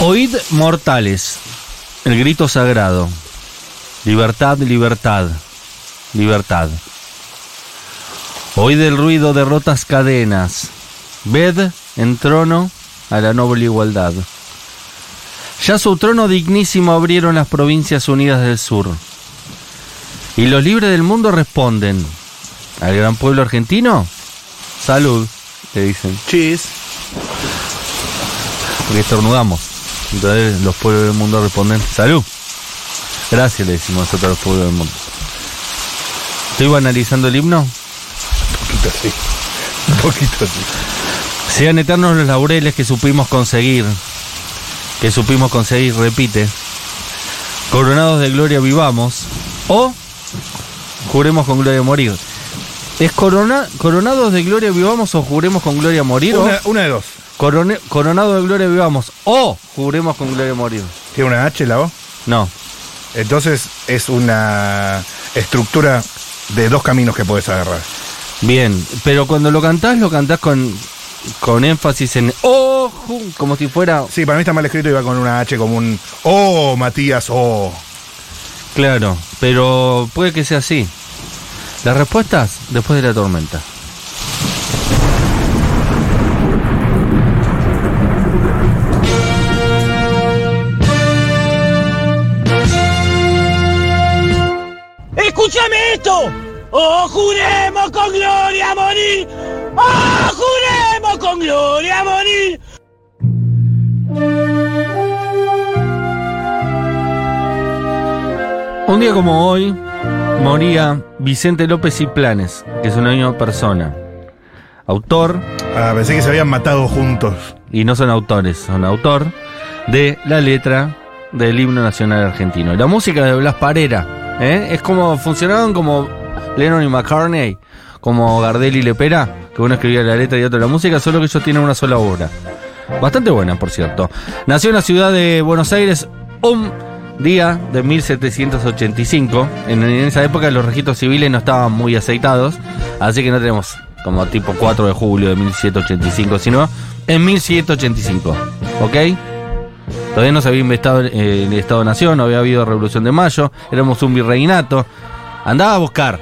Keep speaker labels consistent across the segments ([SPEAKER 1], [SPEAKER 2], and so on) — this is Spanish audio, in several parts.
[SPEAKER 1] Oíd mortales, el grito sagrado. Libertad, libertad, libertad. Oíd el ruido de rotas cadenas. Ved en trono a la noble igualdad. Ya su trono dignísimo abrieron las provincias unidas del sur. Y los libres del mundo responden. ¿Al gran pueblo argentino? Salud, te dicen.
[SPEAKER 2] Cheese.
[SPEAKER 1] Porque estornudamos. Entonces los pueblos del mundo responden. Salud. Gracias, le decimos nosotros a los pueblos del mundo. ¿Estoy banalizando el himno?
[SPEAKER 2] Un poquito así. Un poquito así.
[SPEAKER 1] Sean eternos los laureles que supimos conseguir. Que supimos conseguir, repite. Coronados de gloria vivamos. O juremos con gloria morir. ¿Es corona, coronados de gloria vivamos o juremos con gloria morir?
[SPEAKER 2] Una, una de dos.
[SPEAKER 1] O corone- coronados de gloria vivamos o juremos con gloria morir.
[SPEAKER 2] Tiene una H la O.
[SPEAKER 1] No.
[SPEAKER 2] Entonces es una estructura de dos caminos que podés agarrar.
[SPEAKER 1] Bien. Pero cuando lo cantás, lo cantás con, con énfasis en o, ju- como si fuera.
[SPEAKER 2] Sí, para mí está mal escrito y va con una H como un Oh, Matías, oh.
[SPEAKER 1] Claro. Pero puede que sea así. Las respuestas después de la tormenta.
[SPEAKER 3] ¡Escúchame esto! ¡Oh, juremos con gloria a morir! ¡Oh, juremos con gloria a morir!
[SPEAKER 1] Un día como hoy moría Vicente López y Planes, que es una misma persona. Autor,
[SPEAKER 2] Ah, pensé que se habían matado juntos.
[SPEAKER 1] y no son autores, son autor, de la letra del himno nacional argentino. Y la música de Blas Parera, ¿eh? Es como, funcionaban como Lennon y McCartney, como Gardel y Lepera, que uno escribía la letra y otro la música, solo que ellos tienen una sola obra. Bastante buena, por cierto. Nació en la ciudad de Buenos Aires un día de 1785. En, en esa época los registros civiles no estaban muy aceitados, así que no tenemos como tipo 4 de julio de 1785, sino en 1785. ¿Ok? Todavía no se había inventado el, el Estado-Nación, no había habido Revolución de Mayo, éramos un virreinato. Andaba a buscar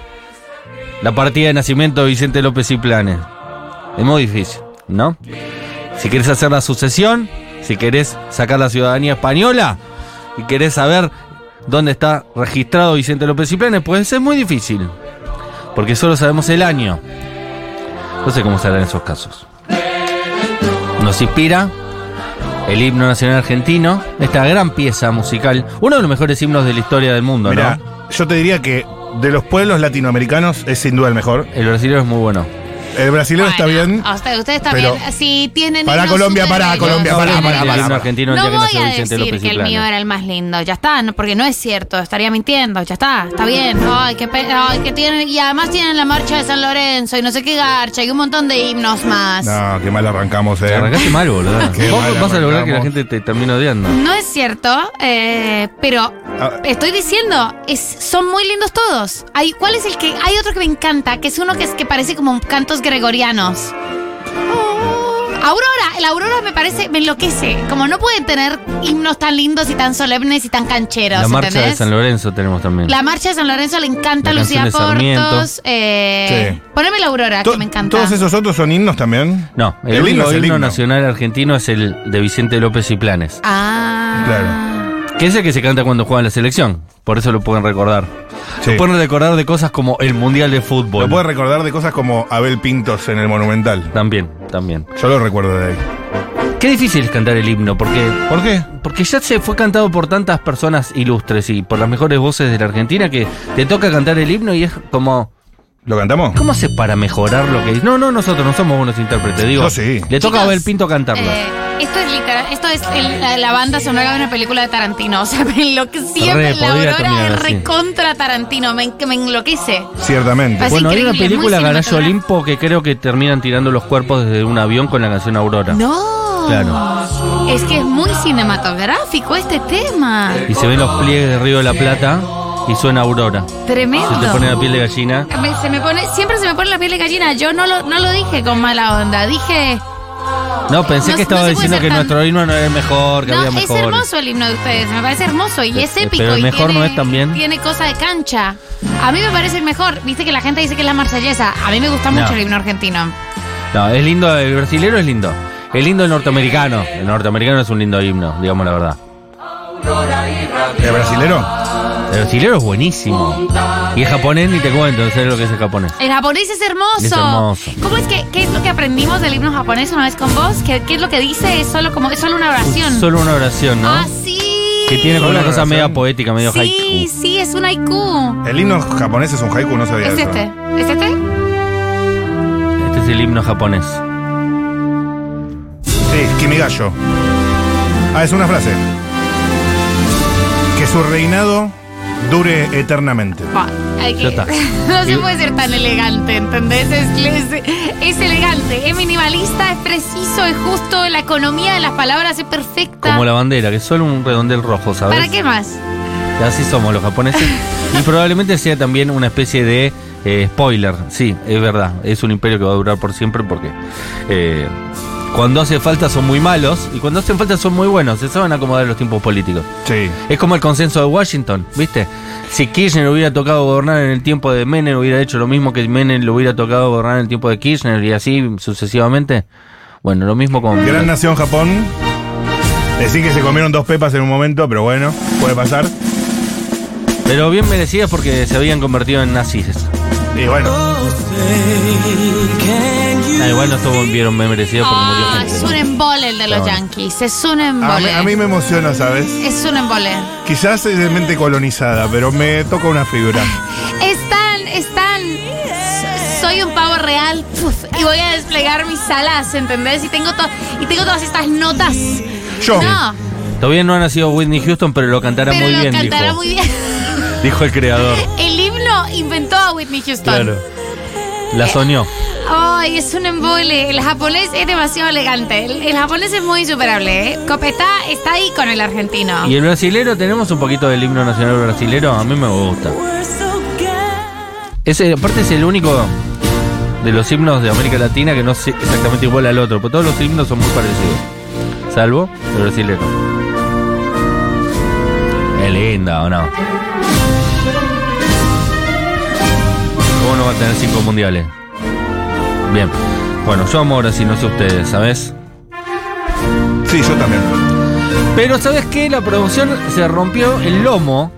[SPEAKER 1] la partida de nacimiento de Vicente López y Planes. Es muy difícil, ¿no? Si querés hacer la sucesión, si querés sacar la ciudadanía española, y querés saber dónde está registrado Vicente López y Planes, pues es muy difícil. Porque solo sabemos el año. No sé cómo serán esos casos. Nos inspira el himno nacional argentino, esta gran pieza musical, uno de los mejores himnos de la historia del mundo,
[SPEAKER 2] Mira,
[SPEAKER 1] ¿no?
[SPEAKER 2] yo te diría que de los pueblos latinoamericanos es sin duda el mejor.
[SPEAKER 1] El brasileño es muy bueno.
[SPEAKER 2] El brasileño está
[SPEAKER 4] Bueno,
[SPEAKER 2] bien.
[SPEAKER 4] a usted- Ah, ustedes está
[SPEAKER 2] pero-
[SPEAKER 4] bien. Si tienen.
[SPEAKER 2] Pará,
[SPEAKER 4] himnos
[SPEAKER 2] Colombia,
[SPEAKER 4] súper
[SPEAKER 2] pará,
[SPEAKER 4] bellos.
[SPEAKER 2] Colombia, pará,
[SPEAKER 1] Hablemos
[SPEAKER 2] pará,
[SPEAKER 1] del
[SPEAKER 2] pará,
[SPEAKER 1] himno
[SPEAKER 2] pará.
[SPEAKER 1] argentino el
[SPEAKER 4] No
[SPEAKER 1] día que
[SPEAKER 4] voy
[SPEAKER 1] nació
[SPEAKER 4] a
[SPEAKER 1] Vicente
[SPEAKER 4] decir
[SPEAKER 1] López y
[SPEAKER 4] que el
[SPEAKER 1] Planes.
[SPEAKER 4] mío era el más lindo. Ya está, no, porque no es cierto. Estaría mintiendo. Ya está, está bien. Ay, qué pe- ay, que tienen. Y además tienen la marcha de San Lorenzo y no sé qué garcha y un montón de himnos más. No,
[SPEAKER 2] No, qué mal arrancamos, eh.
[SPEAKER 1] Arrancaste mal, boludo.
[SPEAKER 2] Qué
[SPEAKER 1] Vos
[SPEAKER 2] mal
[SPEAKER 1] vas a lograr que la
[SPEAKER 2] arrancamos.
[SPEAKER 1] gente te termine odiando.
[SPEAKER 4] es cierto, eh, pero
[SPEAKER 2] Ah.
[SPEAKER 4] estoy diciendo, es, son muy lindos todos. Hay, ¿Cuál es el que? Hay otro que me encanta, que es uno que, es, que parece como cantos gregorianos. Aurora, el Aurora me parece, me enloquece. Como no pueden tener himnos tan lindos y tan solemnes y tan cancheros.
[SPEAKER 1] La marcha de
[SPEAKER 4] ¿entendés?
[SPEAKER 1] San Lorenzo tenemos también.
[SPEAKER 4] La marcha de San Lorenzo le encanta a
[SPEAKER 1] La
[SPEAKER 4] Lucía
[SPEAKER 1] canción de
[SPEAKER 4] Portos.
[SPEAKER 1] Sarmiento.
[SPEAKER 4] Eh,
[SPEAKER 2] Sí.
[SPEAKER 4] Poneme la Aurora,
[SPEAKER 2] To-
[SPEAKER 4] que me encanta.
[SPEAKER 2] Todos esos otros son himnos también.
[SPEAKER 1] No, el,
[SPEAKER 2] El himno es
[SPEAKER 1] único
[SPEAKER 2] el
[SPEAKER 1] himno,
[SPEAKER 2] himno.
[SPEAKER 1] nacional argentino es el de Vicente López y Planes,
[SPEAKER 4] Ah.
[SPEAKER 2] Claro.
[SPEAKER 1] que es el que se canta cuando juegan la selección, por eso lo pueden recordar.
[SPEAKER 2] Sí.
[SPEAKER 1] Lo pueden recordar de cosas como el Mundial de Fútbol.
[SPEAKER 2] Lo puedes recordar de cosas como Abel Pintos en el Monumental.
[SPEAKER 1] También, también.
[SPEAKER 2] Yo lo recuerdo de ahí.
[SPEAKER 1] Qué difícil es cantar el himno, porque,
[SPEAKER 2] ¿Por qué?
[SPEAKER 1] porque ya se fue cantado por tantas personas ilustres y por las mejores voces de la Argentina que te toca cantar el himno y es como...
[SPEAKER 2] ¿Lo cantamos?
[SPEAKER 1] ¿Cómo haces para mejorar lo que es? No, no, nosotros no somos buenos intérpretes, digo.
[SPEAKER 2] Yo sí.
[SPEAKER 1] Le toca a
[SPEAKER 4] Chicos,
[SPEAKER 1] Abel Pinto cantarla.
[SPEAKER 4] eh, esto es literal, esto es el- la, la banda sonora de una película de Tarantino. O sea, me enloquecía
[SPEAKER 1] Re,
[SPEAKER 4] la
[SPEAKER 1] podría
[SPEAKER 4] Aurora
[SPEAKER 1] terminar
[SPEAKER 4] es
[SPEAKER 1] así.
[SPEAKER 4] recontra Tarantino. Me, que me enloquece.
[SPEAKER 2] Ciertamente.
[SPEAKER 4] Así-
[SPEAKER 1] Bueno, hay una
[SPEAKER 4] increíble, muy
[SPEAKER 1] película Garayo
[SPEAKER 4] cinematográfica.
[SPEAKER 1] Olimpo que creo que terminan tirando los cuerpos desde un avión con la canción Aurora.
[SPEAKER 4] No.
[SPEAKER 1] Claro.
[SPEAKER 4] Es que es muy cinematográfico este tema.
[SPEAKER 1] Y se ven los pliegues de Río de la Plata y suena Aurora. Se te
[SPEAKER 4] Tremendo.
[SPEAKER 1] pone la piel de gallina.
[SPEAKER 4] Me- se me pone, siempre se me pone la piel de gallina. Yo no lo, no lo dije con mala onda. Dije,
[SPEAKER 1] No, pensé
[SPEAKER 4] No-
[SPEAKER 1] que estaba
[SPEAKER 4] no se puede
[SPEAKER 1] diciendo
[SPEAKER 4] ser
[SPEAKER 1] que
[SPEAKER 4] tan-
[SPEAKER 1] nuestro himno no era el mejor, que
[SPEAKER 4] No,
[SPEAKER 1] había
[SPEAKER 4] es
[SPEAKER 1] mejor.
[SPEAKER 4] hermoso el himno de ustedes, me parece hermoso y es
[SPEAKER 1] Eh,
[SPEAKER 4] épico.
[SPEAKER 1] pero el
[SPEAKER 4] y
[SPEAKER 1] mejor
[SPEAKER 4] tiene-
[SPEAKER 1] no es también.
[SPEAKER 4] Tiene cosa de cancha. A mí me parece el mejor. Viste que la gente dice que es la marsellesa. A mí me gusta
[SPEAKER 1] No.
[SPEAKER 4] mucho el himno argentino.
[SPEAKER 1] No, es lindo, el brasilero es lindo. El lindo el norteamericano. El norteamericano es un lindo himno, digamos la verdad.
[SPEAKER 2] ¿El brasilero?
[SPEAKER 1] El brasilero es buenísimo. Y es japonés ni te cuento, sé lo que es el japonés.
[SPEAKER 4] El japonés es hermoso.
[SPEAKER 1] Es hermoso.
[SPEAKER 4] ¿Cómo es que qué es lo que aprendimos del himno japonés una vez con vos? ¿Qué, qué es lo que dice? Es solo como es solo una oración.
[SPEAKER 1] Solo una oración, ¿no?
[SPEAKER 4] Ah, sí.
[SPEAKER 1] Que tiene como
[SPEAKER 2] Solo una
[SPEAKER 1] una cosa
[SPEAKER 2] oración.
[SPEAKER 1] media poética, medio
[SPEAKER 4] Sí,
[SPEAKER 1] haiku.
[SPEAKER 4] sí, es un haiku.
[SPEAKER 2] El himno japonés es un haiku, no sabía
[SPEAKER 4] Es
[SPEAKER 2] eso.
[SPEAKER 4] este. ¿Es este?
[SPEAKER 1] Este es el himno japonés.
[SPEAKER 2] Sí, Kimigayo. Ah, es una frase. Que su reinado dure eternamente.
[SPEAKER 4] Buah, hay que-
[SPEAKER 1] Ya está.
[SPEAKER 4] no se
[SPEAKER 1] Y-
[SPEAKER 4] puede ser tan elegante, ¿entendés? Es, es- es elegante, es minimalista, es preciso, es justo, la economía de las palabras es perfecta.
[SPEAKER 1] Como la bandera, que es solo un redondel rojo, ¿sabes?
[SPEAKER 4] ¿Para qué más?
[SPEAKER 1] Así somos los japoneses. y probablemente sea también una especie de eh, spoiler. Sí, es verdad. Es un imperio que va a durar por siempre porque eh, cuando hace falta son muy malos y cuando hacen falta son muy buenos. Se saben acomodar los tiempos políticos.
[SPEAKER 2] Sí.
[SPEAKER 1] Es como el consenso de Washington, ¿viste? Si Kirchner hubiera tocado gobernar en el tiempo de Menem, hubiera hecho lo mismo que Menem le hubiera tocado gobernar en el tiempo de Kirchner y así sucesivamente. Bueno, lo mismo con...
[SPEAKER 2] Gran nación Japón. Decir que se comieron dos pepas en un momento, pero bueno, puede pasar.
[SPEAKER 1] Pero bien merecidas porque se habían convertido en nazis.
[SPEAKER 2] Y bueno,
[SPEAKER 1] Ah, igual no estuvo vieron bien merecido porque murió
[SPEAKER 4] Ah,
[SPEAKER 1] gente.
[SPEAKER 4] es un embole el de los
[SPEAKER 1] Está bueno. Ah,
[SPEAKER 4] yankees, es un
[SPEAKER 2] a mí,
[SPEAKER 4] embole.
[SPEAKER 2] a mí me emociona, ¿sabes?
[SPEAKER 4] Es un embole.
[SPEAKER 2] Quizás es de mente colonizada, pero me toca una fibra.
[SPEAKER 4] Es tan, es tan. so- Soy un pavo real puf, y voy a desplegar mis alas, ¿entendés? Y tengo, to- y tengo todas estas notas.
[SPEAKER 2] Yo.
[SPEAKER 4] No,
[SPEAKER 1] Todavía no ha nacido Whitney Houston, pero lo cantará
[SPEAKER 4] Ah. pero
[SPEAKER 1] muy
[SPEAKER 4] lo
[SPEAKER 1] bien,
[SPEAKER 4] cantará
[SPEAKER 1] dijo,
[SPEAKER 4] muy bien.
[SPEAKER 1] dijo el creador.
[SPEAKER 4] El himno inventó a Whitney Houston.
[SPEAKER 1] Claro. La soñó.
[SPEAKER 4] Ay, es un embole. El japonés es demasiado elegante. El, el japonés es muy insuperable. ¿eh? Copetá está ahí con el argentino.
[SPEAKER 1] Y el brasilero, tenemos un poquito del himno nacional brasilero, a mí me gusta. Ese, aparte es el único de los himnos de América Latina que no es exactamente igual al otro, porque todos los himnos son muy parecidos. Salvo el brasilero. Es linda, ¿o no? ¿Cómo no va a tener cinco mundiales? Bien. Bueno, yo amo Brasil, no sé ustedes, ¿sabes?
[SPEAKER 2] Sí, yo también.
[SPEAKER 1] Pero ¿sabes qué? La producción se rompió el lomo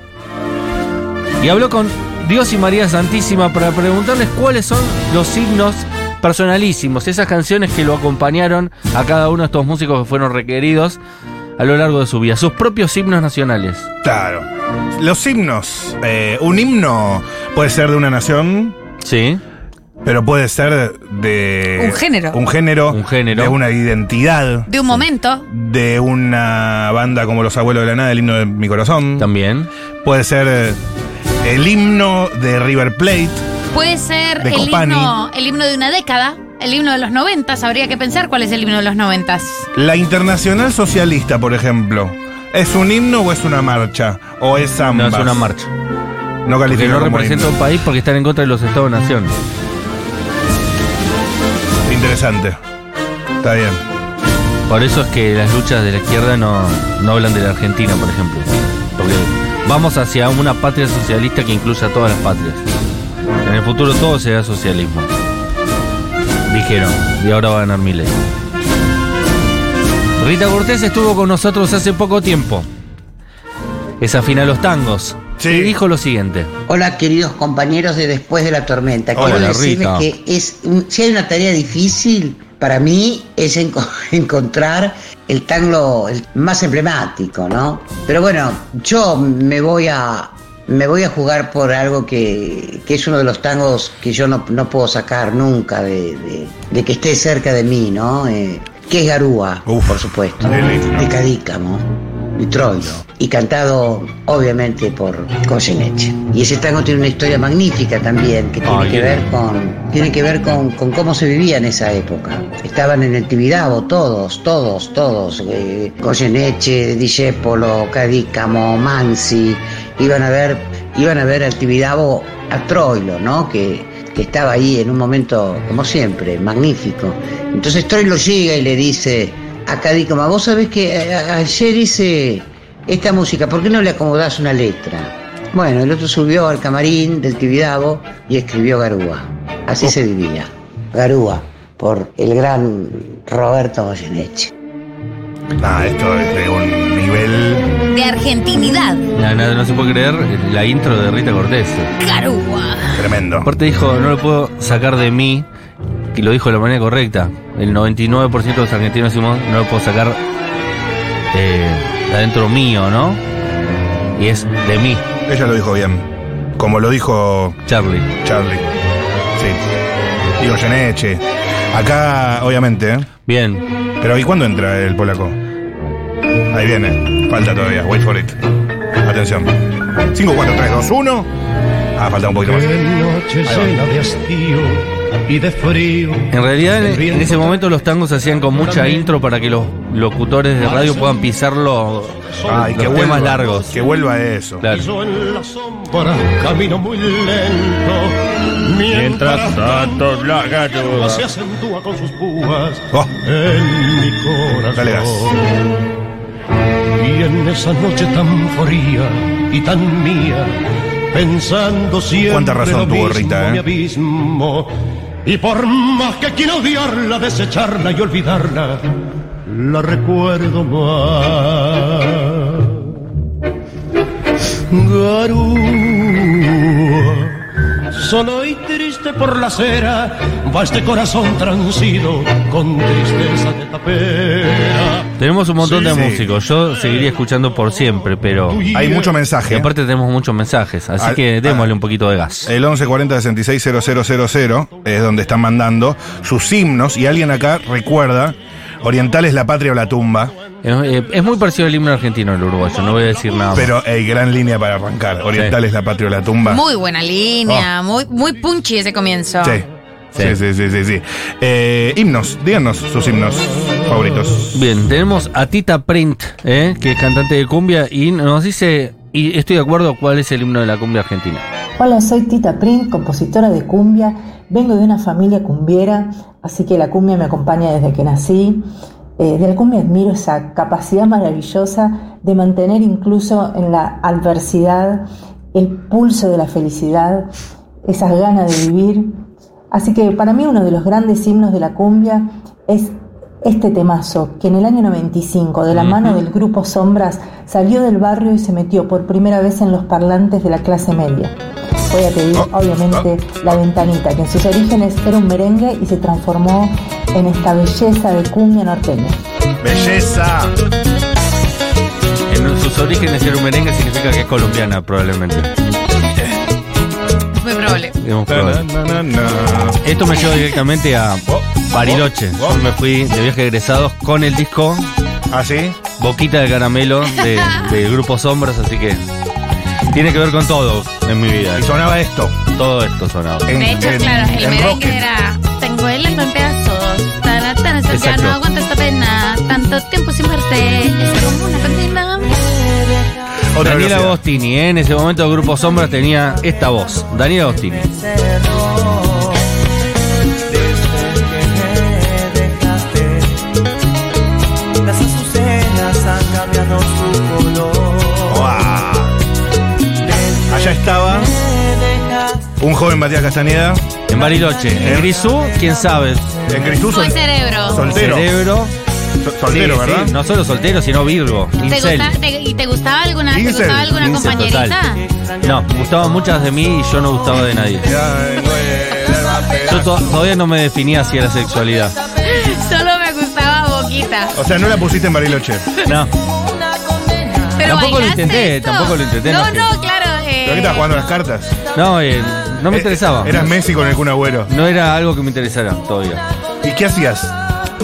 [SPEAKER 1] y habló con Dios y María Santísima para preguntarles cuáles son los himnos personalísimos, esas canciones que lo acompañaron a cada uno de estos músicos que fueron requeridos a lo largo de su vida, sus propios himnos nacionales.
[SPEAKER 2] Claro. Los himnos. eh, un himno puede ser de una nación,
[SPEAKER 1] Sí.
[SPEAKER 2] pero puede ser de.
[SPEAKER 4] Un género.
[SPEAKER 2] Un género.
[SPEAKER 1] Un género.
[SPEAKER 2] De una identidad.
[SPEAKER 4] De un momento.
[SPEAKER 2] De una banda como Los Abuelos de la Nada, el himno de mi corazón.
[SPEAKER 1] También.
[SPEAKER 2] Puede ser eh, el himno de River Plate.
[SPEAKER 4] Puede ser
[SPEAKER 2] De
[SPEAKER 4] el
[SPEAKER 2] Copani.
[SPEAKER 4] himno, el himno de una década, el himno de los noventas. Habría que pensar cuál es el himno de los noventas.
[SPEAKER 2] La Internacional Socialista, por ejemplo. ¿Es un himno o es una marcha? ¿O es
[SPEAKER 1] No
[SPEAKER 2] ambas?
[SPEAKER 1] es una marcha.
[SPEAKER 2] No
[SPEAKER 1] Porque
[SPEAKER 2] califica
[SPEAKER 1] no
[SPEAKER 2] como
[SPEAKER 1] representa un
[SPEAKER 2] himno.
[SPEAKER 1] país porque están en contra de los Estados-Nación.
[SPEAKER 2] Interesante. Está bien.
[SPEAKER 1] Por eso es que las luchas de la izquierda no, no hablan de la Argentina, por ejemplo. Porque vamos hacia una patria socialista que incluya a todas las patrias. En el futuro todo será socialismo. Dijeron, y ahora va a ganar Milei. Rita Cortés estuvo con nosotros hace poco tiempo. Es afina a los tangos.
[SPEAKER 2] Sí.
[SPEAKER 1] Y dijo lo siguiente.
[SPEAKER 5] Hola queridos compañeros de Después de la Tormenta. Quiero
[SPEAKER 1] Hola,
[SPEAKER 5] decirles
[SPEAKER 1] Rita.
[SPEAKER 5] que es, un- si hay una tarea difícil para mí es enco- encontrar el tango el más emblemático, ¿no? Pero bueno, yo me voy a me voy a jugar por algo que, que es uno de los tangos que yo no, no puedo sacar nunca de, de- de que esté cerca de mí, ¿no? Eh, que es Garúa,
[SPEAKER 2] Uf,
[SPEAKER 5] por supuesto,
[SPEAKER 2] el himno.
[SPEAKER 5] de Cadícamo y Troilo, y cantado obviamente por Goyeneche. Y ese tango tiene una historia magnífica también, que tiene
[SPEAKER 1] Ay,
[SPEAKER 5] que
[SPEAKER 1] qué
[SPEAKER 5] ver con, tiene que ver con, con cómo se vivía en esa época. Estaban en el Tibidabo todos, todos, todos, eh, Goyeneche, Discépolo, Cadícamo, Mansi, iban a ver, iban a ver al Tibidabo a Troilo, ¿no? Que que estaba ahí en un momento, como siempre, magnífico. Entonces Troilo llega y le dice a Cadícoma, vos sabés que eh, a- a- ayer hice esta música, ¿por qué no le acomodás una letra? Bueno, el otro subió al camarín del Tibidabo y escribió Garúa.
[SPEAKER 1] Oh.
[SPEAKER 5] Así se vivía. Garúa, por el gran Roberto Goyeneche.
[SPEAKER 2] Nah, esto es de un nivel.
[SPEAKER 6] De argentinidad.
[SPEAKER 1] No, no, no se puede creer la intro de Rita Cortés.
[SPEAKER 6] Garúa.
[SPEAKER 2] Tremendo.
[SPEAKER 1] Aparte dijo, no lo puedo sacar de mí, y lo dijo de la manera correcta. El 99% de los argentinos decimos, no lo puedo sacar eh, de adentro mío, ¿no? Y es de mí,
[SPEAKER 2] Ella lo dijo bien. Como lo dijo
[SPEAKER 1] Charlie.
[SPEAKER 2] Charlie. Sí. Y Goyeneche. Acá, obviamente, ¿eh?
[SPEAKER 1] Bien,
[SPEAKER 2] Pero ¿y cuándo entra el polaco? Ahí viene. Falta todavía. Wait for it. Atención. 5, 4, 3, 2, 1. Ah, falta un poquito más.
[SPEAKER 7] Qué noche
[SPEAKER 2] Ahí va.
[SPEAKER 7] llena de hastío y de frío.
[SPEAKER 1] en realidad en, en ese momento los tangos se hacían con mucha intro para que los locutores de radio puedan pisar los,
[SPEAKER 2] Ay,
[SPEAKER 1] los
[SPEAKER 2] que vuelva.
[SPEAKER 1] temas largos.
[SPEAKER 2] Que vuelva eso.
[SPEAKER 1] Claro.
[SPEAKER 7] Yo en la sombra camino muy lento. Mientras tanto la
[SPEAKER 2] Ah.
[SPEAKER 7] galluda se acentúa con sus púas
[SPEAKER 2] Oh.
[SPEAKER 7] en mi corazón.
[SPEAKER 2] Dale gas.
[SPEAKER 7] Y en esa noche tan fría y tan mía, pensando siempre
[SPEAKER 2] Cuánta razón
[SPEAKER 7] lo
[SPEAKER 2] tuvo
[SPEAKER 7] mismo,
[SPEAKER 2] Rita, ¿eh?
[SPEAKER 7] mi abismo. Y por más que quiera odiarla, desecharla y olvidarla, la recuerdo más. Garúa, solo y triste por la acera, va este corazón transido con tristeza de tapera.
[SPEAKER 1] Tenemos un montón
[SPEAKER 2] Sí,
[SPEAKER 1] de
[SPEAKER 2] sí.
[SPEAKER 1] músicos, yo seguiría escuchando por siempre, pero...
[SPEAKER 2] Hay mucho
[SPEAKER 1] Y
[SPEAKER 2] mensaje. ¿eh?
[SPEAKER 1] aparte tenemos muchos mensajes, así
[SPEAKER 2] Al-
[SPEAKER 1] que démosle
[SPEAKER 2] al-
[SPEAKER 1] un poquito de gas.
[SPEAKER 2] El 1140-660000 es donde están mandando sus himnos. Y alguien acá recuerda: Oriental es la patria o la tumba.
[SPEAKER 1] Es, eh, es muy parecido al himno argentino el uruguayo, no voy a decir nada. más.
[SPEAKER 2] Pero hay gran línea para arrancar. Oriental
[SPEAKER 1] Sí.
[SPEAKER 2] es la patria o la tumba.
[SPEAKER 6] Muy buena línea. Muy, muy punchy ese comienzo.
[SPEAKER 2] Ah. Sí. Sí, sí, sí, sí. sí. Eh, himnos, díganos sus himnos favoritos.
[SPEAKER 1] Bien, tenemos a Tita Print, ¿eh? que es cantante de cumbia, y nos dice, y estoy de acuerdo, cuál es el himno de la cumbia argentina.
[SPEAKER 8] Hola, soy Tita Print, compositora de cumbia. Vengo de una familia cumbiera, así que la cumbia me acompaña desde que nací. Eh, de la cumbia admiro esa capacidad maravillosa de mantener incluso en la adversidad el pulso de la felicidad, esas ganas de vivir. Así que para mí uno de los grandes himnos de la cumbia es este temazo, que en el año 95, de la mano del grupo Sombras, salió del barrio y se metió por primera vez en los parlantes de la clase media. Voy a pedir,
[SPEAKER 2] Oh,
[SPEAKER 8] obviamente, La Ventanita, que en sus orígenes era un merengue y se transformó en esta belleza de cumbia norteña.
[SPEAKER 2] ¡Belleza!
[SPEAKER 1] En sus orígenes era un merengue, significa que es colombiana probablemente. eh,
[SPEAKER 6] Muy probable.
[SPEAKER 1] Digamos,
[SPEAKER 2] Na, na,
[SPEAKER 1] probable.
[SPEAKER 2] na, na, na.
[SPEAKER 1] Esto me lleva directamente a
[SPEAKER 2] Oh,
[SPEAKER 1] Bariloche.
[SPEAKER 2] oh, oh.
[SPEAKER 1] Me fui de viaje egresados con el disco
[SPEAKER 2] ¿Ah, sí?
[SPEAKER 1] Boquita de Caramelo de, de Grupo Sombras, así que tiene que ver con todo en mi vida.
[SPEAKER 2] Y sonaba esto.
[SPEAKER 1] Todo esto sonaba.
[SPEAKER 2] en-
[SPEAKER 6] De hecho,
[SPEAKER 2] en-
[SPEAKER 6] claro, el
[SPEAKER 2] en
[SPEAKER 6] merengue
[SPEAKER 2] Rocket.
[SPEAKER 6] era. Tengo el alma en pedazos. Taratana, ya
[SPEAKER 1] Exacto.
[SPEAKER 6] no aguanto esta pena. Tanto tiempo sin verte. Es como una condena.
[SPEAKER 2] Otra
[SPEAKER 1] Daniela
[SPEAKER 2] velocidad.
[SPEAKER 1] Agostini, ¿eh? en ese momento Grupo Sombras tenía esta voz. Daniela Agostini.
[SPEAKER 9] Las azucenas han cambiado su color.
[SPEAKER 2] Uah. Allá estaba un joven Matías Castañeda
[SPEAKER 1] En Bariloche. En Grisú, quién sabe.
[SPEAKER 2] en Grisú
[SPEAKER 6] Soy
[SPEAKER 2] sol-
[SPEAKER 6] cerebro.
[SPEAKER 2] soltero.
[SPEAKER 1] Cerebro.
[SPEAKER 2] Sol- soltero,
[SPEAKER 1] Sí, sí,
[SPEAKER 2] ¿verdad?
[SPEAKER 1] No solo soltero, sino Virgo.
[SPEAKER 6] ¿Te
[SPEAKER 1] Incel.
[SPEAKER 6] gusta- te- ¿Y te gustaba alguna, te
[SPEAKER 2] Incel.
[SPEAKER 6] gustaba alguna
[SPEAKER 1] Incel
[SPEAKER 6] compañerita?
[SPEAKER 1] total. No, gustaban muchas de mí y yo no gustaba de nadie.
[SPEAKER 2] Ya eh, tengo el alma
[SPEAKER 1] Yo
[SPEAKER 2] pegada.
[SPEAKER 1] to- todavía no me definía hacia la sexualidad.
[SPEAKER 6] Solo me gustaba Boquita.
[SPEAKER 2] O sea, no la pusiste en Bariloche.
[SPEAKER 1] No.
[SPEAKER 6] Pero
[SPEAKER 1] Tampoco lo
[SPEAKER 6] bailaste
[SPEAKER 1] intenté, tampoco lo intenté,
[SPEAKER 6] No,
[SPEAKER 1] no, que-
[SPEAKER 6] no, claro. eh,
[SPEAKER 2] ¿Pero qué estás jugando a las cartas?
[SPEAKER 1] No, eh, no me
[SPEAKER 2] Eh,
[SPEAKER 1] interesaba.
[SPEAKER 2] Eras Messi con el Kun Agüero.
[SPEAKER 1] No era algo que me interesara todavía.
[SPEAKER 2] ¿Y qué hacías?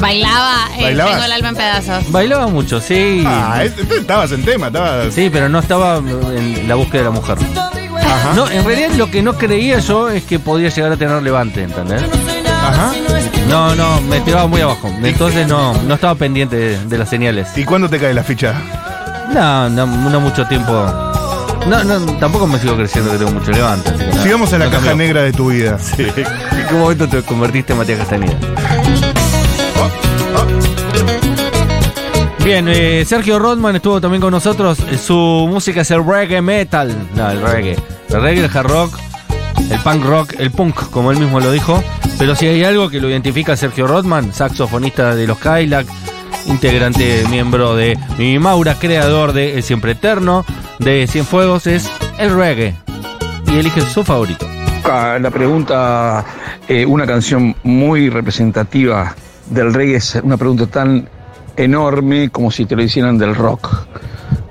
[SPEAKER 6] Bailaba, eh,
[SPEAKER 2] ¿Bailabas?
[SPEAKER 6] tengo el alma en pedazos.
[SPEAKER 1] Bailaba mucho, sí.
[SPEAKER 2] Ah, es- estabas en tema, estabas.
[SPEAKER 1] Sí, pero no estaba en la búsqueda de la mujer. No, en realidad lo que no creía yo es que podía llegar a tener levante, ¿entendés?
[SPEAKER 2] Ajá.
[SPEAKER 1] No, no, me tiraba muy abajo. Entonces no, no estaba pendiente de, de las señales.
[SPEAKER 2] ¿Y cuándo te cae la ficha?
[SPEAKER 1] No, no, no mucho tiempo No, no, tampoco me sigo creciendo que tengo mucho levante. así que no.
[SPEAKER 2] Sigamos en la
[SPEAKER 1] No
[SPEAKER 2] caja
[SPEAKER 1] cambió.
[SPEAKER 2] negra de tu vida.
[SPEAKER 1] Sí. ¿En qué momento te convertiste en Matías Castañeda? Bien, eh, Sergio Rodman estuvo también con nosotros. Eh, Su música es el reggae metal. No, el reggae. El reggae, el hard rock, el punk rock, el punk, como él mismo lo dijo. Pero si hay algo que lo identifica a Sergio Rodman, saxofonista de los Cadillac, integrante, miembro de Mi Maura, creador de El Siempre Eterno, de Cienfuegos, es el reggae. Y elige su favorito.
[SPEAKER 10] A Ah, La pregunta, eh, una canción muy representativa del reggae es una pregunta tan enorme como si te lo hicieran del rock.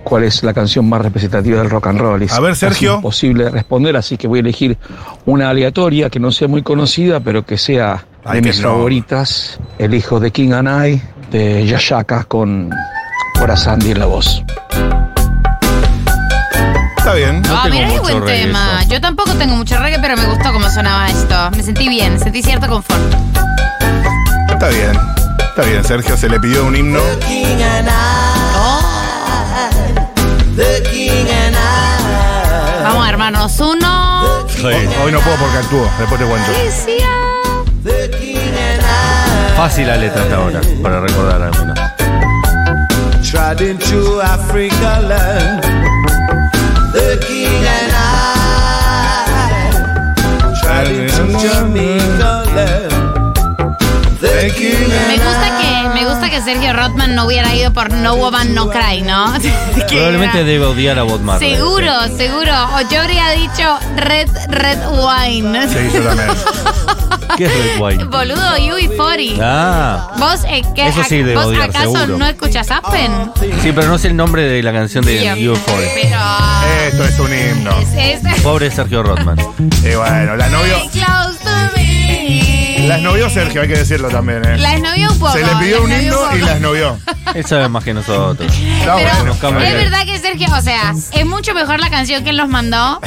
[SPEAKER 10] ¿Cuál es la canción más representativa del rock and roll? Es
[SPEAKER 2] A ver,
[SPEAKER 10] casi
[SPEAKER 2] Sergio.
[SPEAKER 10] imposible responder, así que voy a elegir una aleatoria que no sea muy conocida, pero que sea de
[SPEAKER 2] Ay, que
[SPEAKER 10] mis
[SPEAKER 2] no.
[SPEAKER 10] favoritas. El hijo de King and I, de Yashaka, con Corazandi en la voz.
[SPEAKER 2] Está bien.
[SPEAKER 4] Ah,
[SPEAKER 1] tengo
[SPEAKER 4] mira qué
[SPEAKER 1] mucho
[SPEAKER 4] buen
[SPEAKER 1] reggae,
[SPEAKER 4] tema.
[SPEAKER 1] yo.
[SPEAKER 4] Yo tampoco tengo mucho reggae, pero me gustó cómo sonaba esto. Me sentí bien, sentí cierto confort.
[SPEAKER 2] Está bien. Está bien, Sergio se le pidió un himno.
[SPEAKER 9] King and I. The King and I.
[SPEAKER 4] Vamos, hermanos. Uno.
[SPEAKER 2] Hoy, hoy no puedo porque actúo, después te cuento.
[SPEAKER 9] The King and I.
[SPEAKER 1] Fácil la letra hasta ahora, para recordar al menos.
[SPEAKER 9] Trotting through Africa land. The King and I. Trotting through Jamaica land. The King
[SPEAKER 4] Me
[SPEAKER 9] and
[SPEAKER 4] gusta que, me gusta que Sergio Rothman no hubiera ido por No Woman No Cry, ¿no? Que
[SPEAKER 1] Probablemente
[SPEAKER 4] era-
[SPEAKER 1] debe odiar a Bob Marley.
[SPEAKER 4] Seguro, seguro. O yo habría dicho Red Red Wine.
[SPEAKER 2] Sí, yo también.
[SPEAKER 1] ¿Qué es Red Wine?
[SPEAKER 4] Boludo, UB40.
[SPEAKER 1] Ah,
[SPEAKER 4] ¿Vos, eh, qué-
[SPEAKER 1] Eso sí
[SPEAKER 4] ac-
[SPEAKER 1] debo
[SPEAKER 4] vos
[SPEAKER 1] odiar,
[SPEAKER 4] acaso
[SPEAKER 1] seguro.
[SPEAKER 4] no escuchas Appen?
[SPEAKER 1] sí, pero no sé el nombre de la canción de
[SPEAKER 4] Sí,
[SPEAKER 1] Euphoric.
[SPEAKER 4] Pero. eh,
[SPEAKER 2] Esto es un himno.
[SPEAKER 4] Es, es-
[SPEAKER 1] Pobre Sergio Rodman.
[SPEAKER 2] Y bueno, las novió,
[SPEAKER 4] Close to me.
[SPEAKER 2] las novió Sergio, hay que decirlo también, ¿eh?
[SPEAKER 4] Las novió un poco.
[SPEAKER 2] Se le pidió
[SPEAKER 4] las
[SPEAKER 2] un
[SPEAKER 4] novió
[SPEAKER 2] himno
[SPEAKER 4] poco.
[SPEAKER 2] y las novió.
[SPEAKER 1] Él sabe más que nosotros.
[SPEAKER 2] Está
[SPEAKER 4] Pero
[SPEAKER 2] bueno.
[SPEAKER 1] Nos cambia.
[SPEAKER 4] Es verdad que Sergio, o sea, es mucho mejor la canción que él nos mandó.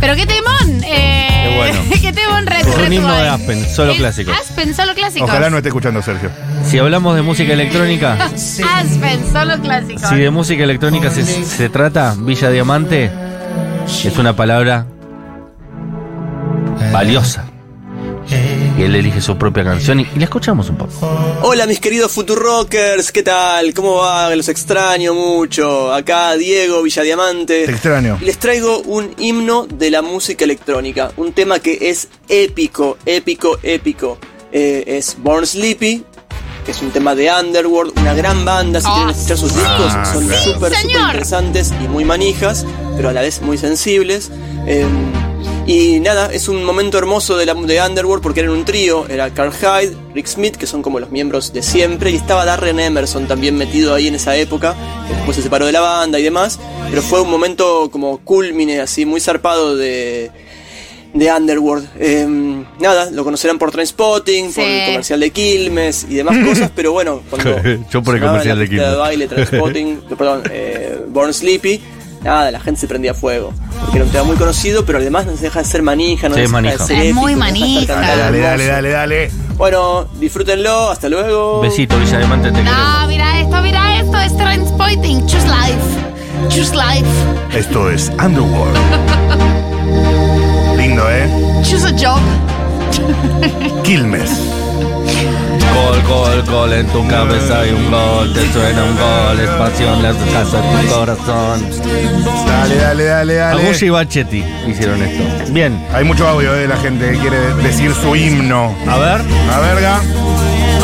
[SPEAKER 4] Pero qué temón. Eh,
[SPEAKER 1] Qué bueno.
[SPEAKER 4] qué temón Red
[SPEAKER 1] Es un
[SPEAKER 4] Red
[SPEAKER 1] himno de
[SPEAKER 4] Wine.
[SPEAKER 1] Aspen, solo
[SPEAKER 4] Es
[SPEAKER 1] clásicos.
[SPEAKER 4] Aspen, solo clásicos.
[SPEAKER 2] Ojalá no esté escuchando Sergio.
[SPEAKER 1] Si hablamos de música electrónica,
[SPEAKER 4] Aspen, solo clásicos.
[SPEAKER 1] si de música electrónica se, se trata, Villa Diamante es una palabra valiosa. Y él elige su propia canción y, y la escuchamos un poco.
[SPEAKER 11] Hola mis queridos Futurockers, ¿qué tal? ¿Cómo va? Los extraño mucho. Acá Diego Villadiamante.
[SPEAKER 2] Te extraño.
[SPEAKER 11] Y Les traigo un himno de la música electrónica, un tema que es épico, épico, épico. Eh, es Born Sleepy, que es un tema de Underworld, una gran banda. Si
[SPEAKER 4] Ah,
[SPEAKER 11] quieren escuchar sus discos, son
[SPEAKER 2] claro.
[SPEAKER 11] súper,
[SPEAKER 4] Sí,
[SPEAKER 11] súper
[SPEAKER 4] señor.
[SPEAKER 11] interesantes y muy manijas, pero a la vez muy sensibles. Eh, y nada, es un momento hermoso de, la, de Underworld porque eran un trío, era Carl Hyde, Rick Smith, que son como los miembros de siempre, y estaba Darren Emerson también metido ahí en esa época, que después se separó de la banda y demás, pero fue un momento como culmine, así, muy zarpado de, de Underworld. Eh, nada, lo conocerán por Trainspotting, por
[SPEAKER 4] Sí.
[SPEAKER 11] el comercial de Quilmes y demás cosas, pero bueno, cuando
[SPEAKER 1] Yo por el
[SPEAKER 11] sonaba
[SPEAKER 1] comercial
[SPEAKER 11] en la
[SPEAKER 1] de
[SPEAKER 11] pista
[SPEAKER 1] Quilmes.
[SPEAKER 11] baile, Trainspotting, perdón, eh, Born Sleepy, nada, la gente se prendía fuego. Porque era un tema muy conocido, pero además no se deja de ser manija, no
[SPEAKER 1] Sí,
[SPEAKER 11] se deja
[SPEAKER 1] manija.
[SPEAKER 11] de ser
[SPEAKER 4] Es
[SPEAKER 11] épico,
[SPEAKER 4] muy
[SPEAKER 11] no deja de estar
[SPEAKER 4] manija.
[SPEAKER 11] cantando
[SPEAKER 2] Dale, dale,
[SPEAKER 11] hermoso.
[SPEAKER 2] dale, dale.
[SPEAKER 11] Bueno, disfrútenlo, hasta luego.
[SPEAKER 1] Besito, Villa Diamante, te queremos.
[SPEAKER 4] No, mira esto, mira esto. Es Transpointing. Choose life. Choose life.
[SPEAKER 2] Esto es Underworld. Lindo, ¿eh?
[SPEAKER 4] Choose a job.
[SPEAKER 2] Quilmes.
[SPEAKER 1] Gol, gol, gol, en tu cabeza hay un gol, te suena un gol, es pasión, las casa en tu corazón.
[SPEAKER 2] Dale, dale, dale, dale.
[SPEAKER 1] Agulli y Bachetti hicieron esto. Bien,
[SPEAKER 2] Hay mucho audio eh, de la gente que quiere decir su himno.
[SPEAKER 1] a ver,
[SPEAKER 2] A verga.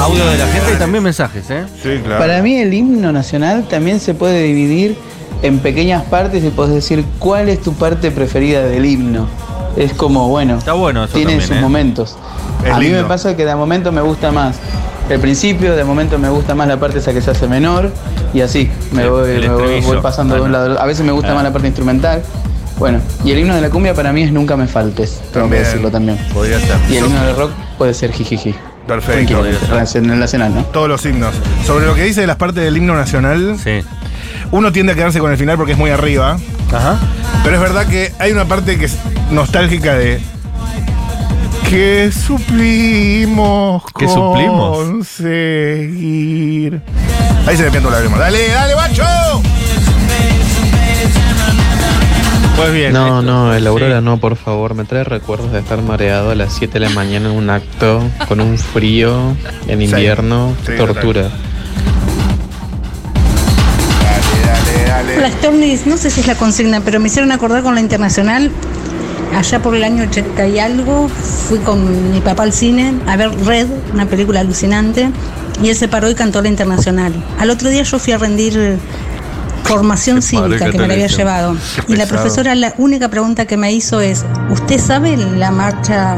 [SPEAKER 1] audio de la gente y también mensajes, ¿eh?
[SPEAKER 2] Sí, claro.
[SPEAKER 10] Para mí el himno nacional también se puede dividir en pequeñas partes y puedes decir cuál es tu parte preferida del himno. Es como, bueno,
[SPEAKER 1] Está bueno eso
[SPEAKER 10] tiene
[SPEAKER 1] también,
[SPEAKER 10] sus
[SPEAKER 1] ¿eh?
[SPEAKER 10] momentos.
[SPEAKER 2] Es
[SPEAKER 10] a mí
[SPEAKER 2] lindo.
[SPEAKER 10] me pasa que de momento me gusta más el principio, de momento me gusta más la parte esa que se hace menor y así me
[SPEAKER 1] El-
[SPEAKER 10] voy,
[SPEAKER 1] el
[SPEAKER 10] me voy-
[SPEAKER 1] estribillo.
[SPEAKER 10] voy pasando de un lado. al otro. A veces me gusta
[SPEAKER 1] Ah.
[SPEAKER 10] más la parte instrumental. Bueno, y el himno de la cumbia para mí es Nunca me faltes, tengo que
[SPEAKER 2] También.
[SPEAKER 10] decirlo también.
[SPEAKER 2] Podría ser.
[SPEAKER 10] Y el himno del rock puede ser jijiji.
[SPEAKER 2] Perfecto.
[SPEAKER 10] Nacional, nacional, ¿no?
[SPEAKER 2] Todos los himnos. Sobre lo que dice de las partes del himno nacional,
[SPEAKER 1] Sí.
[SPEAKER 2] uno tiende a quedarse con el final porque es muy arriba.
[SPEAKER 1] Ajá.
[SPEAKER 2] Pero es verdad que hay una parte que es nostálgica de. Que suplimos.
[SPEAKER 1] ¿Que suplimos?
[SPEAKER 2] Conseguir. Ahí se le pianta la lágrima. ¡Dale, dale, macho!
[SPEAKER 1] Pues bien.
[SPEAKER 12] No, no, el Aurora no, por favor. Me trae recuerdos de estar mareado a las 7 de la mañana en un acto, con un frío, en
[SPEAKER 2] Sí.
[SPEAKER 12] invierno,
[SPEAKER 2] Sí,
[SPEAKER 12] tortura.
[SPEAKER 2] Dale,
[SPEAKER 13] Este,
[SPEAKER 2] dale, dale.
[SPEAKER 14] Las Tornis, no sé si es la consigna, pero me hicieron acordar con la internacional. Allá por el año 80 y algo, fui con mi papá al cine a ver Red, una película alucinante, y él se paró y cantó la internacional. Al otro día yo fui a rendir eh, formación cívica
[SPEAKER 13] que
[SPEAKER 14] que me la había
[SPEAKER 13] tenés,
[SPEAKER 14] llevado.
[SPEAKER 13] qué
[SPEAKER 14] Y la
[SPEAKER 13] pesado.
[SPEAKER 14] profesora, la única pregunta que me hizo es: ¿Usted sabe la marcha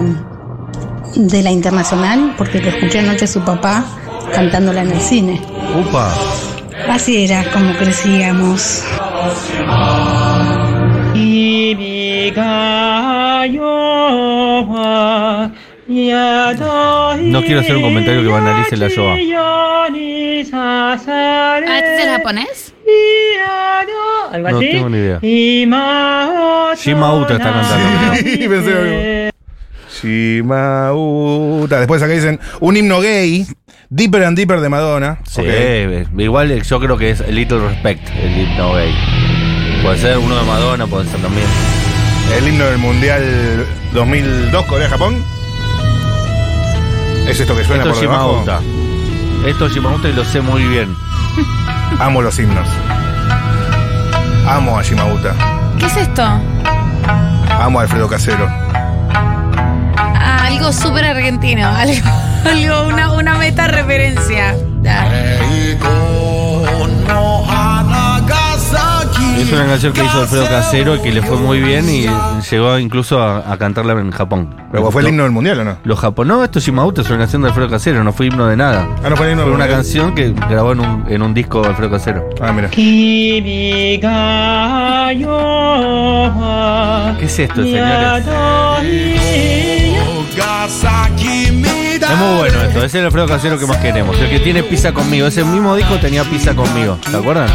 [SPEAKER 14] de la internacional? Porque lo escuché anoche a su papá cantándola en el cine.
[SPEAKER 1] Upa.
[SPEAKER 14] Así era como crecíamos.
[SPEAKER 1] No quiero hacer un comentario que banalice la yoa.
[SPEAKER 4] ¿Ah, este es el japonés?
[SPEAKER 1] No tengo ni idea. Shimauta está cantando.
[SPEAKER 2] Sí, pensé lo mismo. Shimauta. Después acá dicen un himno gay, Deeper and Deeper de Madonna.
[SPEAKER 1] Sí,
[SPEAKER 2] Ok.
[SPEAKER 1] eh, igual eh, yo creo que es Little Respect, el himno gay. Puede ser uno de Madonna, puede ser también.
[SPEAKER 2] El himno del Mundial 2002 Corea-Japón. ¿Es esto que suena
[SPEAKER 1] Esto es
[SPEAKER 2] por debajo?
[SPEAKER 1] Shimauta. Esto es Shimauta y lo sé muy bien.
[SPEAKER 2] Amo los himnos. Amo a Shimauta.
[SPEAKER 4] ¿Qué es esto?
[SPEAKER 2] Amo a Alfredo Casero.
[SPEAKER 4] Ah, algo súper argentino. Algo, algo- una, una meta referencia.
[SPEAKER 1] Es una canción que hizo Alfredo Casero y que le fue muy bien y llegó incluso a, a cantarla en Japón.
[SPEAKER 2] ¿Pero fue el himno del mundial o no?
[SPEAKER 1] Los japoneses, no, esto es Shimauta, es una canción de Alfredo Casero, no fue himno de nada.
[SPEAKER 2] Ah, no fue el himno del
[SPEAKER 1] una
[SPEAKER 2] mundial.
[SPEAKER 1] canción que grabó en un, en un disco de Alfredo Casero.
[SPEAKER 2] Ah, mira.
[SPEAKER 1] ¿Qué es esto, señores? Es muy bueno esto, es el Alfredo Casero que más queremos. El que tiene pizza conmigo. Ese mismo disco tenía pizza conmigo. ¿Se acuerdan?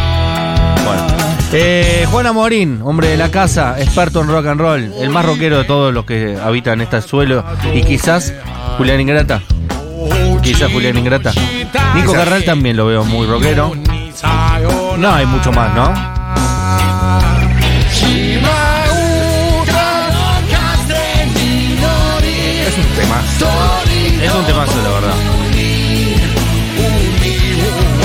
[SPEAKER 1] Bueno. Eh, Juana Morín, hombre de la casa, experto en rock and roll, el más rockero de todos los que habitan este suelo. Y quizás Julián Ingrata. Quizás Julián Ingrata. Nico Carral también lo veo muy rockero. No hay mucho más, ¿no?
[SPEAKER 2] Es un temazo.
[SPEAKER 1] Es un temazo, la verdad.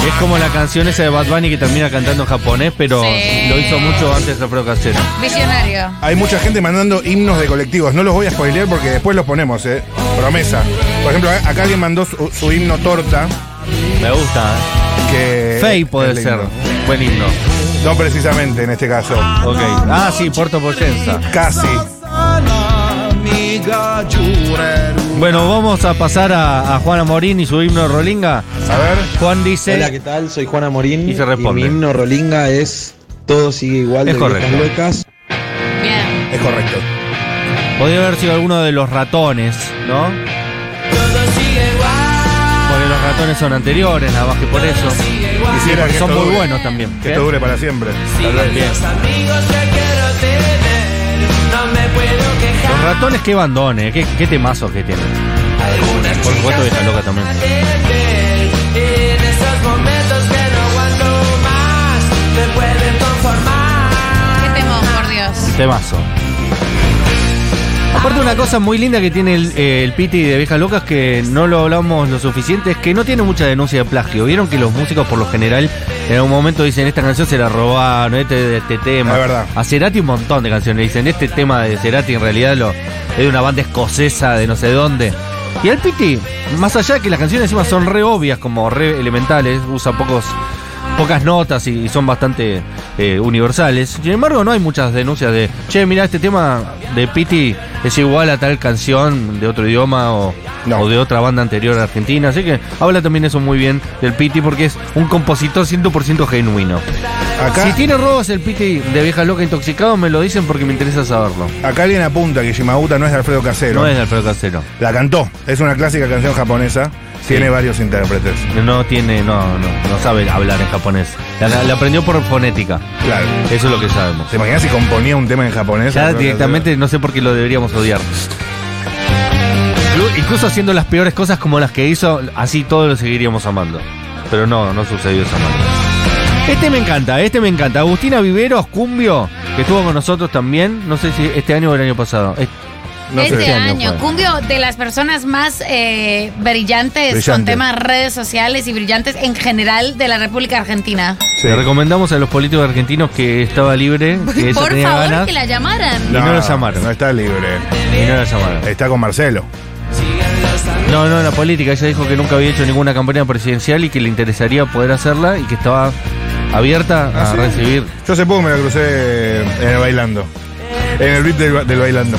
[SPEAKER 1] Es como la canción esa de Bad Bunny que termina cantando en japonés, pero
[SPEAKER 4] Sí.
[SPEAKER 1] lo hizo mucho antes Alfredo Casero.
[SPEAKER 4] Visionario.
[SPEAKER 2] Hay mucha gente mandando himnos de colectivos. No los voy a spoilear porque después los ponemos, ¿eh? Promesa. Por ejemplo, acá acá alguien mandó su, su himno torta.
[SPEAKER 1] Me gusta. ¿eh?
[SPEAKER 2] Que
[SPEAKER 1] Fey puede
[SPEAKER 2] es
[SPEAKER 1] ser.
[SPEAKER 2] lindo.
[SPEAKER 1] Buen himno.
[SPEAKER 2] No precisamente en este caso.
[SPEAKER 1] Ok. Ah, sí, Puerto Poyenza.
[SPEAKER 2] Casi.
[SPEAKER 1] Bueno, vamos a pasar a, a Juana Morín y su himno Rolinga.
[SPEAKER 2] A ver.
[SPEAKER 1] Juan dice.
[SPEAKER 12] Hola, ¿qué tal? Soy Juana Morín.
[SPEAKER 1] Y se responde.
[SPEAKER 12] mi himno Rolinga es Todo sigue igual
[SPEAKER 1] Es
[SPEAKER 12] de viejas
[SPEAKER 1] correcto.
[SPEAKER 12] locas.
[SPEAKER 4] Bien.
[SPEAKER 2] Es correcto.
[SPEAKER 1] Podría haber sido alguno de los ratones, ¿no? Porque los ratones son anteriores, nada más que por eso.
[SPEAKER 2] Quisiera
[SPEAKER 1] porque
[SPEAKER 2] que esto
[SPEAKER 1] son muy
[SPEAKER 2] dure.
[SPEAKER 1] buenos también.
[SPEAKER 2] Que esto dure para siempre. Tal vez.
[SPEAKER 1] Los ratones, qué bandones, qué, qué temazos que tienen. Por supuesto, Vieja Loca también.
[SPEAKER 4] Qué temor, por Dios.
[SPEAKER 1] Temazo. Aparte una cosa muy linda que tiene el, eh, el Piti de Viejas Locas que no lo hablamos lo suficiente es que no tiene mucha denuncia de plagio. Vieron que los músicos por lo general en algún momento dicen esta canción se la robaron, este, este tema.
[SPEAKER 2] Es verdad.
[SPEAKER 1] A Cerati un montón de canciones le dicen este tema de Cerati en realidad lo, es de una banda escocesa de no sé dónde. Y al Piti, más allá de que las canciones encima son re obvias, como re elementales, usa pocos pocas notas y, y son bastante eh, universales. Sin embargo, no hay muchas denuncias de, che, mira, este tema de Piti es igual a tal canción de otro idioma o, o de otra banda anterior argentina. Así que habla también eso muy bien del Piti porque es un compositor 100% genuino.
[SPEAKER 2] Acá-
[SPEAKER 1] Si tiene robos el Piti de Vieja Loca Intoxicado, me lo dicen porque me interesa saberlo.
[SPEAKER 2] Acá alguien apunta que Shimauta no es de Alfredo Casero.
[SPEAKER 1] No es de Alfredo Casero.
[SPEAKER 2] La cantó. Es una clásica canción japonesa. Tiene varios intérpretes.
[SPEAKER 1] No tiene, no, no, no sabe hablar en japonés. La, la aprendió por fonética.
[SPEAKER 2] Claro.
[SPEAKER 1] Eso es lo que sabemos.
[SPEAKER 2] ¿Te imaginas si componía un tema en japonés?
[SPEAKER 1] Ya
[SPEAKER 2] Alfredo
[SPEAKER 1] directamente no sé por qué lo deberíamos odiar. Inclu- Incluso haciendo las peores cosas como las que hizo, así todos lo seguiríamos amando. Pero no, no sucedió esa manera. Este me encanta, este me encanta. Agustina Viveros, Cumbio, que estuvo con nosotros también, no sé si este año o el año pasado. Es- no sé,
[SPEAKER 4] este año,
[SPEAKER 1] fue.
[SPEAKER 4] Cumbio, de las personas más eh, brillantes con
[SPEAKER 1] Brillante.
[SPEAKER 4] temas redes sociales y brillantes en general de la República Argentina.
[SPEAKER 1] Le recomendamos a los políticos argentinos que estaba libre, que ella
[SPEAKER 4] Por
[SPEAKER 1] tenía
[SPEAKER 4] favor,
[SPEAKER 1] ganas,
[SPEAKER 4] que la llamaran.
[SPEAKER 1] y no la llamaron.
[SPEAKER 2] No está libre.
[SPEAKER 1] Y no la llamaron.
[SPEAKER 2] Está con Marcelo.
[SPEAKER 1] No, no, la política. Ella dijo que nunca había hecho ninguna campaña presidencial y que le interesaría poder hacerla y que estaba abierta a
[SPEAKER 2] Ah, ¿sí?
[SPEAKER 1] recibir.
[SPEAKER 2] Yo hace poco me la crucé en el bailando. En el beat del, ba- del bailando.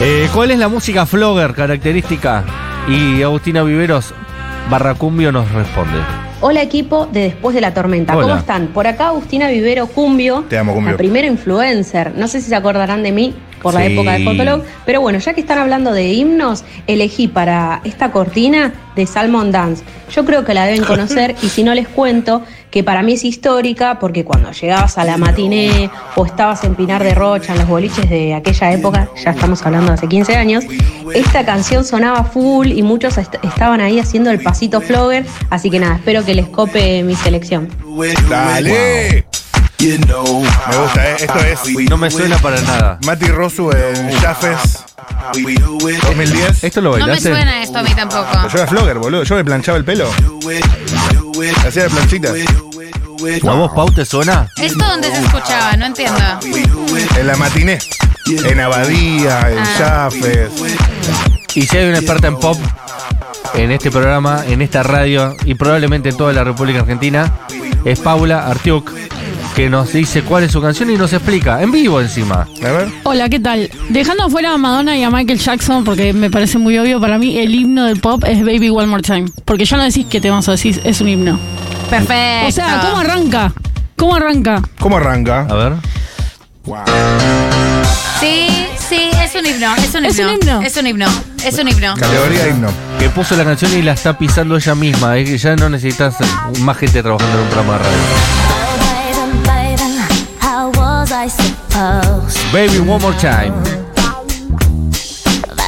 [SPEAKER 1] Eh, ¿Cuál es la música flogger característica? Y Agustina Viveros Barracumbio nos responde.
[SPEAKER 13] Hola equipo de Después de la Tormenta, ¿cómo
[SPEAKER 1] Hola.
[SPEAKER 13] están? Por acá Agustina Vivero Cumbio,
[SPEAKER 1] Te amo, Cumbio.
[SPEAKER 13] la primera influencer. No sé si se acordarán de mí por la
[SPEAKER 1] Sí.
[SPEAKER 13] época de Fotolog, pero bueno, ya que están hablando de himnos, elegí para esta cortina de Salmon Dance. Yo creo que la deben conocer y si no les cuento que para mí es histórica porque cuando llegabas a la matiné o estabas en Pinar de Rocha, en los boliches de aquella época, ya estamos hablando de hace 15 años, esta canción sonaba full y muchos est- estaban ahí haciendo el pasito flogger, así que nada, espero que les cope mi selección.
[SPEAKER 2] ¡Dale! Me gusta, ¿eh? esto es.
[SPEAKER 1] No me suena para nada.
[SPEAKER 2] Mati Rosu en Chafes 2010.
[SPEAKER 1] Esto lo
[SPEAKER 4] No me suena esto a mí tampoco.
[SPEAKER 2] Yo era flogger, boludo. Yo me planchaba el pelo. Hacía de planchitas.
[SPEAKER 1] ¿A vos, Pau, te suena?
[SPEAKER 4] ¿Esto dónde se escuchaba? No entiendo.
[SPEAKER 2] En la matiné. En Abadía, en
[SPEAKER 4] Ah.
[SPEAKER 2] Chafes.
[SPEAKER 1] Y si hay una experta en pop en este programa, en esta radio y probablemente en toda la República Argentina, es Paula Artiuk, que nos dice cuál es su canción y nos explica, en vivo encima.
[SPEAKER 2] A ver.
[SPEAKER 15] Hola, ¿qué tal? Dejando afuera a Madonna y a Michael Jackson, porque me parece muy obvio, para mí el himno del pop es Baby One More Time. Porque ya no decís qué temazo decís, es un himno.
[SPEAKER 4] Perfecto.
[SPEAKER 15] O sea, ¿cómo arranca? ¿Cómo arranca?
[SPEAKER 2] ¿Cómo arranca? A
[SPEAKER 1] ver.
[SPEAKER 4] Sí, sí, es un himno, es un himno.
[SPEAKER 15] Es un himno.
[SPEAKER 4] Es un himno. Es un himno.
[SPEAKER 2] Categoría himno.
[SPEAKER 1] Que puso la canción y la está pisando ella misma. Es que ya no necesitas más gente trabajando en un programa de radio. Baby, one more time.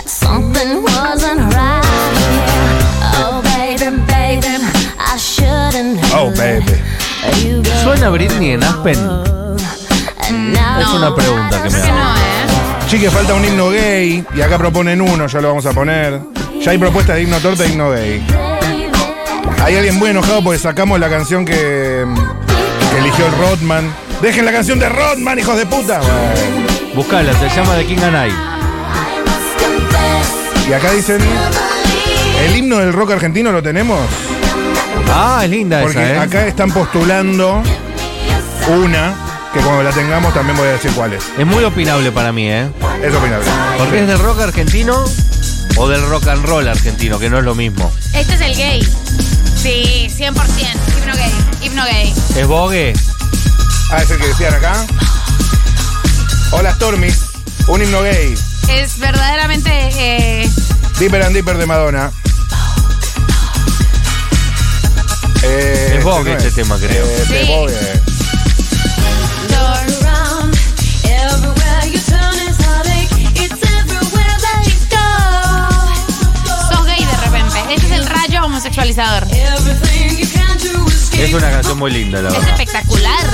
[SPEAKER 16] Something wasn't right here. Oh, baby, baby, I shouldn't have
[SPEAKER 2] Oh, baby.
[SPEAKER 1] ¿Suena Britney en Aspen? Es una pregunta que me hago.
[SPEAKER 2] Chique, falta un himno gay. Y acá proponen uno, ya lo vamos a poner. Ya hay propuestas de himno torta e himno gay. Hay alguien muy enojado porque sacamos la canción que, que eligió el Rodman. ¡Dejen la canción de Rodman, hijos de puta!
[SPEAKER 1] Buscala, se llama The King and I.
[SPEAKER 2] Y acá dicen. ¿El himno del rock argentino lo tenemos?
[SPEAKER 1] Ah, es linda
[SPEAKER 2] Porque
[SPEAKER 1] esa, ¿eh?
[SPEAKER 2] acá están postulando una que cuando la tengamos también voy a decir cuál es.
[SPEAKER 1] Es muy opinable para mí, ¿eh?
[SPEAKER 2] Es opinable.
[SPEAKER 1] Porque es del rock argentino o del rock and roll argentino, que no es lo mismo.
[SPEAKER 4] Este es el gay. Sí, 100%. Hipno gay. Hipno gay.
[SPEAKER 1] ¿Es Bogue?
[SPEAKER 2] Ah, es el que decían acá. Hola Stormy, un himno gay.
[SPEAKER 4] Es verdaderamente. eh,
[SPEAKER 2] Deeper and Deeper de Madonna. Eh,
[SPEAKER 1] Es Vogue
[SPEAKER 2] no es.
[SPEAKER 1] este tema, creo.
[SPEAKER 2] Eh, este
[SPEAKER 1] Sí.
[SPEAKER 2] Vogue.
[SPEAKER 4] sos gay de repente. Este es el rayo homosexualizador.
[SPEAKER 1] Es una canción muy linda, la
[SPEAKER 4] Es
[SPEAKER 1] verdad.
[SPEAKER 4] espectacular.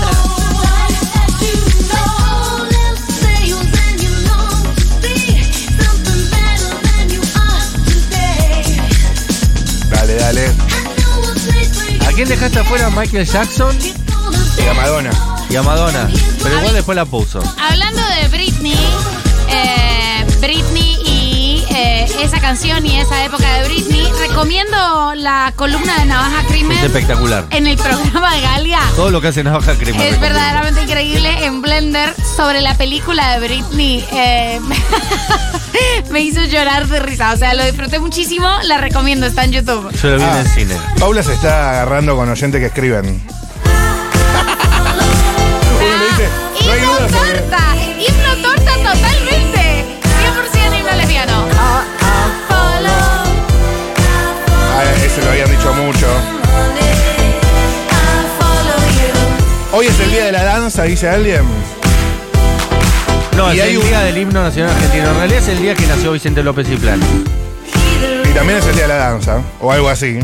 [SPEAKER 2] Dale, dale.
[SPEAKER 1] ¿A quién dejaste afuera? Michael Jackson
[SPEAKER 2] Y a Madonna.
[SPEAKER 1] y a Madonna. Pero igual después la puso.
[SPEAKER 4] Hablando de Britney, eh, Britney y eh, esa canción y esa época de Britney, recomiendo la columna de Navaja
[SPEAKER 1] Es
[SPEAKER 4] Crimen
[SPEAKER 1] espectacular.
[SPEAKER 4] en el programa de Galia.
[SPEAKER 1] Todo lo que hace Navaja Crema.
[SPEAKER 4] Es verdaderamente increíble en Blender sobre la película de Britney. eh, me hizo llorar de risa. O sea, lo disfruté muchísimo. La recomiendo. Está en YouTube.
[SPEAKER 1] Yo lo vi
[SPEAKER 2] Ah.
[SPEAKER 1] en el cine.
[SPEAKER 2] Paula se está agarrando con oyentes que escriben.
[SPEAKER 4] Himno torta. Himno torta totalmente. 100% himno lesbiano.
[SPEAKER 2] Ah, ese lo habían dicho mucho. Hoy es el día de la danza, dice alguien.
[SPEAKER 1] No,
[SPEAKER 2] Y
[SPEAKER 1] es
[SPEAKER 2] hay
[SPEAKER 1] el
[SPEAKER 2] un-
[SPEAKER 1] día del himno nacional argentino. En realidad es el día que nació Vicente López y Plan.
[SPEAKER 2] Y también es el día de la danza, o algo así.